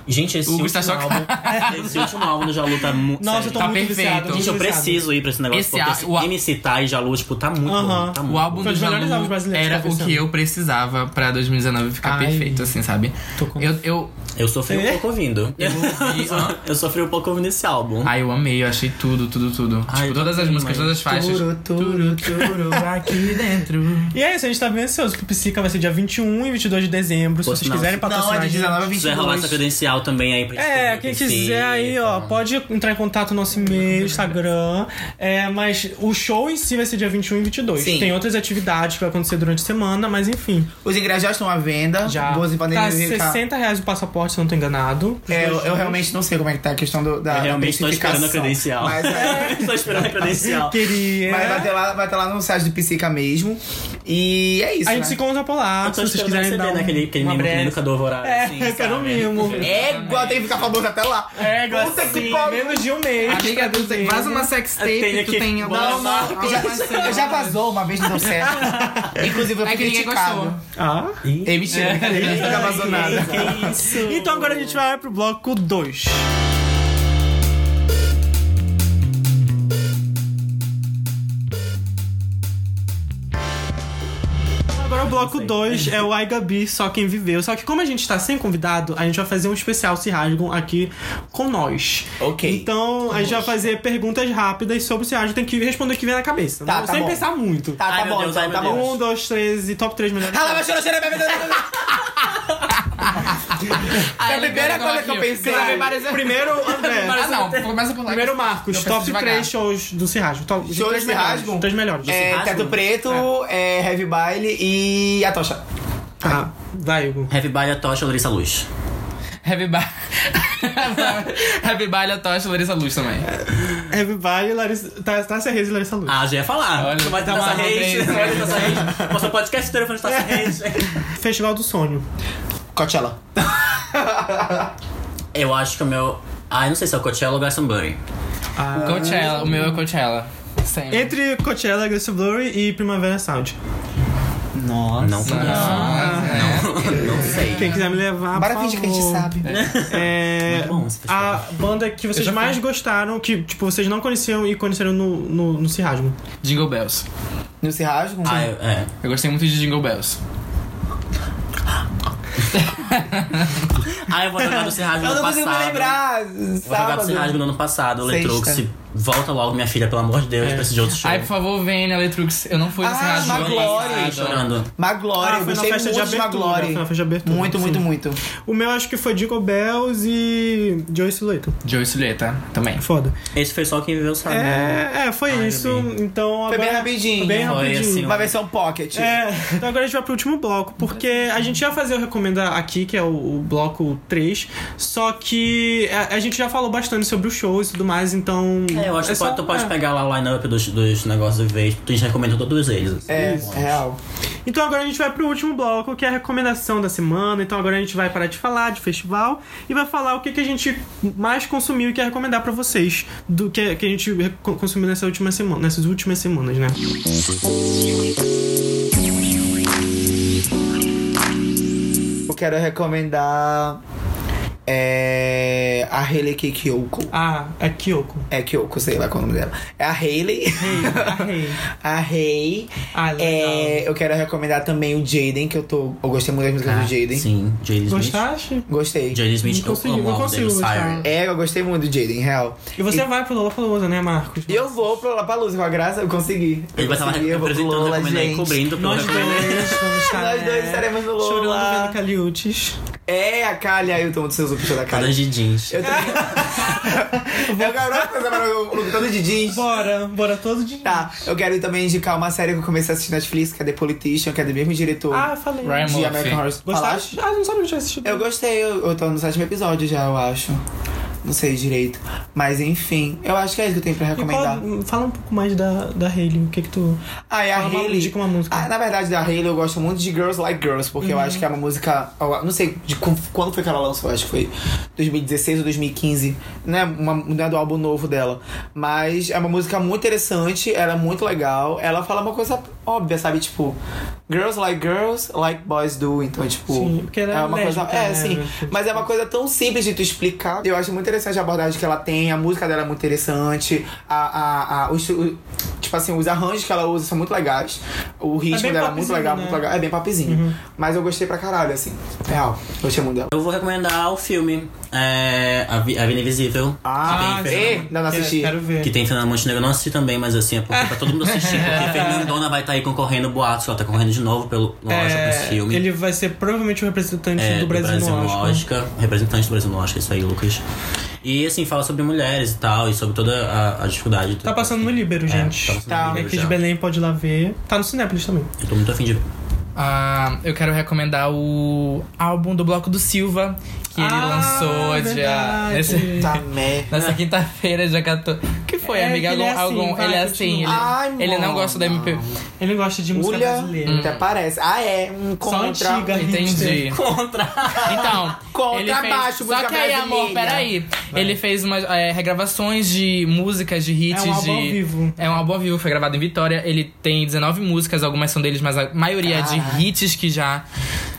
C: Gente, esse
D: Hugo
C: último
D: está
C: álbum... Esse último álbum do Jalu tá muito...
B: Nossa, eu tô
D: tá
B: muito
D: perfeito.
B: viciado.
C: Gente, eu preciso ir pra esse negócio.
D: Esse
C: porque
D: a-
C: esse
D: o a-
C: MC Tá e Jalu, tipo, tá muito
B: Aham.
C: bom. Tá muito
D: O álbum
B: Foi
D: do
B: dos melhores álbuns
D: Jalu
B: brasileiros que
D: era
B: eu
D: o
B: fiz
D: que
B: esse
D: eu precisava pra 2019 ficar
B: Ai.
D: perfeito, assim, sabe?
B: Tô com-
D: Eu, eu,
C: Eu sofri
B: É?
C: um pouco ouvindo. Eu,
D: ouvi, hã?
C: sofri um pouco ouvindo esse álbum.
D: Ai, eu amei, eu achei tudo, tudo, tudo.
C: Ai,
D: tipo, todas as
C: também,
D: músicas,
C: mãe.
D: todas as faixas.
A: Turu, turu, turu, aqui dentro.
B: E é isso, a gente tá bem ansioso. que O Psica vai ser dia 21 e 22 de dezembro. Se
C: Pô,
B: vocês
C: não.
B: quiserem
A: Não,
B: patrocinar.
A: é de 19 a
C: Se quiser rolar essa
A: 22.
C: credencial também aí pra gente
B: É,
C: poder
B: quem
C: conhecer,
B: quiser aí, ó,
C: então.
B: pode entrar em contato no nosso
A: Uhum.
B: e-mail, Instagram. É, mas o show em si vai ser dia 21 e 22.
A: Sim.
B: Tem outras atividades que vai acontecer durante a semana, mas enfim.
A: Os ingressos já estão à venda.
B: Já.
A: Boas em
B: tá
A: pandemia.
B: 60 reais o passaporte, se eu não tô enganado. Os
A: É, eu,
B: dois
A: eu
B: dias.
A: realmente não sei como é que tá a questão do, da
C: Eu realmente tô
A: da
C: esperando a
A: precificação.
C: credencial.
A: Mas, é,
C: Tô esperando a credencial.
B: Queria.
A: mas vai, ter lá, vai ter lá no site do Psica mesmo. E é isso,
B: a gente
A: né?
B: se encontra por lá,
C: Eu
B: se
C: tô
B: vocês
C: esperando
B: quiserem
C: receber,
B: dar um,
C: né? Aquele, aquele
B: um
C: mimo que nem
B: abraço.
C: educador voraz.
B: É,
C: assim,
B: eu quero
C: sabe?
B: mimo.
A: Égua, tem que ficar famoso até lá.
B: Égua,
A: Puta que
B: sim,
A: pariu.
B: menos de um mês.
D: Amiga, tu tem, faz uma
C: Eu
D: sextape,
C: tenho
D: tu
C: que-
D: tem
C: Não,
D: alguma-
C: não,
D: alguma
A: Já,
D: coisa- assim?
A: já vazou uma vez, não deu certo. Inclusive, eu
D: É
A: fui
D: que ninguém
A: criticado.
D: gostou.
B: Ah.
D: É
A: Ei, mentira, brincadeira, nunca vazou nada.
C: Que isso?
B: Então agora a gente vai pro bloco 2. Agora o bloco 2 é o Ai Gabi, só quem viveu. Só que como a gente tá sem convidado, a gente vai fazer um especial se rasgam aqui com nós.
A: Ok.
B: Então a gente vai fazer perguntas rápidas sobre o se rasgam, tem que responder o que vem na cabeça.
A: Tá,
B: não-
A: tá
B: sem
A: bom.
B: pensar muito.
A: Tá, tá
C: Ai, meu
A: bom,
C: Deus,
A: então,
C: ai,
A: tá
C: meu
A: bom.
C: Deus.
B: Um, dois, três e top 3 melhores.
A: Rala, vai, chora, chora, bebe, bebe, bebe.
D: Ah,
A: Foi a
D: ele
A: primeira
D: pegou
A: coisa que eu
D: aqui.
A: pensei.
D: Você vai parecer-
B: Primeiro, André.
D: Ah, não, começa por lá.
B: Primeiro, Marcos,
D: Eu preciso
B: top
D: devagar.
B: 3 shows do Cirrasgo. Top-
A: Shows
B: três
A: do
B: melhores,
A: Cirrasgo?
B: Três melhores.
A: É,
C: rasgo?
A: Teto Preto, é. Heavy Baile e a Tocha.
B: Tá, vai, Hugo.
C: Heavy Body, a Tocha, Larissa Luz.
D: Heavy Ba- Heavy Baile, a Tocha, Larissa Luz também.
B: Everybody, Larissa... Tá, Tássia Reis e Larissa Luz.
C: Ah, já ia falar.
D: Olha,
C: Olha, vai
D: tá
C: dar essa
D: bom,
C: rede.
D: bem,
C: Vai dar essa rede. Nossa, podcast inteiro falando de Taça Rede.
B: Festival do Sonho.
A: Coachella.
C: Eu acho que o meu... Ai, não sei se é o Coachella ou o Glastonbury.
D: Coachella, o meu é Coachella. Sempre.
B: Entre Coachella, Glastonbury e Primavera Sound.
A: Nossa.
C: Não conheço. Não sei.
B: Quem quiser me levar,
A: Bora
B: por
A: fingir que a gente
B: favor.
A: sabe.
B: É,
C: Muito bom esse festival.
B: a banda que vocês mais gostaram, que tipo, vocês não conheciam e conheceram no, no, no Cirrasgo.
D: Jingle Bells.
A: No Cirrasgo?
C: Ah, eu- é.
D: Eu gostei muito de Jingle Bells.
C: Ah, eu vou jogar do Serrasgo no
A: Eu
C: ano
A: não consigo me
C: passado.
A: lembrar.
C: Vou jogar do Serrasgo
A: Sábado.
C: no ano passado. Letrux,
A: Sexta.
C: volta logo, minha filha, pelo amor de Deus, pra esse de outro show.
D: Ai, por favor, vem, né, Letrux. Eu não fui
A: Ah,
D: nesse rádio.
A: uma glória.
C: Fiquei chorando.
A: Maglore,
B: Ah,
A: eu
B: foi na
A: gostei
B: festa de
A: muito de
B: abertura,
A: Maglore.
B: foi na festa de abertura,
A: Muito,
B: sim.
A: muito, muito.
B: O meu acho que foi Jingle Bells e Joey Silhouette.
D: Joey Suleta também.
B: Foda.
C: Esse foi só quem viveu, sabe?
B: É, é, foi
C: né? Ai,
B: isso.
C: bem.
B: Então
A: Foi bem
B: agora-
A: rapidinho.
B: Bem
C: Foi,
B: rapidinho.
C: assim,
A: Uma versão um pocket.
B: É, então agora a gente vai pro último bloco, porque a gente ia fazer o Recomenda aqui, que é o, o bloco 3, só que a, a gente já falou bastante sobre os shows e tudo mais, então.
C: É, eu acho que
B: só-
C: pode- tu pode
B: é.
C: pegar lá o line-up dos, dos negócios de vez. Tu já recomendou todos eles.
A: É,
C: Assim.
A: real.
B: Então agora a gente vai pro último bloco, que é a recomendação da semana. Então agora a gente vai parar de falar de festival e vai falar o que, que a gente mais consumiu e quer recomendar pra vocês do que, que a gente re- co- consumiu nessa última semana, nessas últimas semanas, né?
A: Eu quero recomendar é a Hayley K. Kyoko.
B: Ah, é Kyoko.
A: É Kyoko, sei lá qual é o nome dela. É a Hayley.
B: Arrei.
A: A Rei.
B: Ah, legal.
A: É, eu quero recomendar também o Jaden, que eu tô. Eu gostei muito das músicas do Jaden.
C: Ah, Sim, Jalen Smith.
B: Gostaste?
A: Gostei.
C: Jalen Smith,
B: Não
C: eu
B: consigo,
C: amo
B: não
C: o álbum dele,
B: consigo gostar.
C: Siren.
A: É, eu gostei muito do Jaden, real.
B: E você vai pro Lollapalooza, né, Marcos?
A: Eu vou pro Lollapalooza, com a graça, eu consegui.
C: Ele vai estar lá
A: consegui, eu vou pro
C: representando,
A: Lola,
C: recomendando e
A: gente.
C: cobrindo pro
B: Nós
C: Recomenda.
B: dois vamos estar
A: Nós
B: né,
A: dois estaremos no Lola.
B: Chorando vendo Caliutes.
A: É, a Kalha Ailton dos seus looks da Kalha.
C: Todas de jeans.
A: Eu também. eu quero uma coisa para o look todo de jeans.
B: Bora, bora todo dia.
A: Tá, eu quero também indicar uma série que eu comecei a assistir na Netflix, que é The Politician, que é do mesmo diretor
B: Ah, falei.
D: Ryan
A: de
D: Murphy.
A: American Horror Story.
B: Gostaste? Ah, não sabia que tinha assistido.
A: Eu gostei, eu, eu tô no sétimo episódio já, eu acho. Não sei direito. Mas enfim, eu acho que é isso que eu tenho pra
B: E qual-
A: recomendar.
B: fala um pouco mais da, da Hayley, o que que tu...
A: Ah, e a
B: Fala uma-
A: Hayley.
B: indica uma música. Uhum.
A: Ah, na verdade, da Hayley eu gosto muito de Girls Like Girls, porque eu acho que é uma música. eu Não sei de qu- quando foi que ela lançou, acho que foi 2016 ou 2015. Né? Uma, não é do álbum novo dela. Mas é uma música muito interessante, ela é muito legal. Ela fala uma coisa óbvia, sabe? Tipo, Girls Like Girls, Like Boys Do. Então, tipo.
B: Sim, porque ela é
A: uma coisa.
B: lésbica,
A: É,
B: né?
A: sim. Mas é uma coisa tão simples de tu explicar. Eu acho muito interessante a abordagem que ela tem, a música dela é muito interessante, a, a, a- os, o- tipo assim, os arranjos que ela usa são muito legais, o ritmo
B: bem
A: dela é muito
B: popzinho,
A: legal,
B: né? Uhum.
A: muito legal. É bem papizinho. Mas eu gostei pra caralho, assim. Real, gostei muito dela.
C: Eu vou recomendar o filme é, A Vi- A Vida Invisível.
A: Ah,
C: que tem,
A: e,
C: Fernando-
A: ainda não assisti.
B: Quero ver.
C: que tem Fernando Montenegro. Eu não assisti também, mas assim, é porque pra todo mundo assistir. Porque Fernandona vai estar aí concorrendo boatos. Ela tá correndo de novo pelo no Oscar pra esse
B: É,
C: filme.
B: ele vai ser provavelmente o representante
C: É,
B: do Brasil, no Oscar.
C: Representante do Brasil no Oscar, isso aí, Lucas. E assim, fala sobre mulheres e tal, e sobre toda a, a dificuldade.
B: Tá passando no Líbero, gente.
C: tá passando no
B: tá.
C: Líbero
B: Aqui de
C: já.
B: Belém pode ir lá ver. Tá no Cinépolis também.
C: Eu tô muito afim de ver.
D: Ah, eu quero recomendar o álbum do Bloco do Silva, que ele
B: Ah,
D: lançou dia.
B: verdade.
D: nesse-
A: Tá merda.
D: Nessa quinta-feira, dia 14. O que foi,
B: Né? É,
D: amiga?
B: que ele é
D: Algum-
B: assim,
D: algum-
B: vai,
D: ele é assim, ele,
A: continua. Ai,
D: ele não
A: mano.
D: gosta da MP.
B: Ele gosta de música
A: Ulha,
B: brasileira.
A: até parece. Ah, é, um
B: Só
A: contra.
B: antiga, é
D: Entendi.
C: Contra!
D: Então,
A: Contra
D: ele fez...
A: baixo,
D: Só
A: música
D: que aí, amor,
A: brasileira.
D: peraí. Ele fez umas é, regravações de músicas, de hits,
B: É um álbum
D: de...
B: ao vivo.
D: É um álbum ao vivo, foi gravado em Vitória. Ele tem 19 músicas, algumas são deles, mas a maioria é
A: Caraca.
D: de hits que já...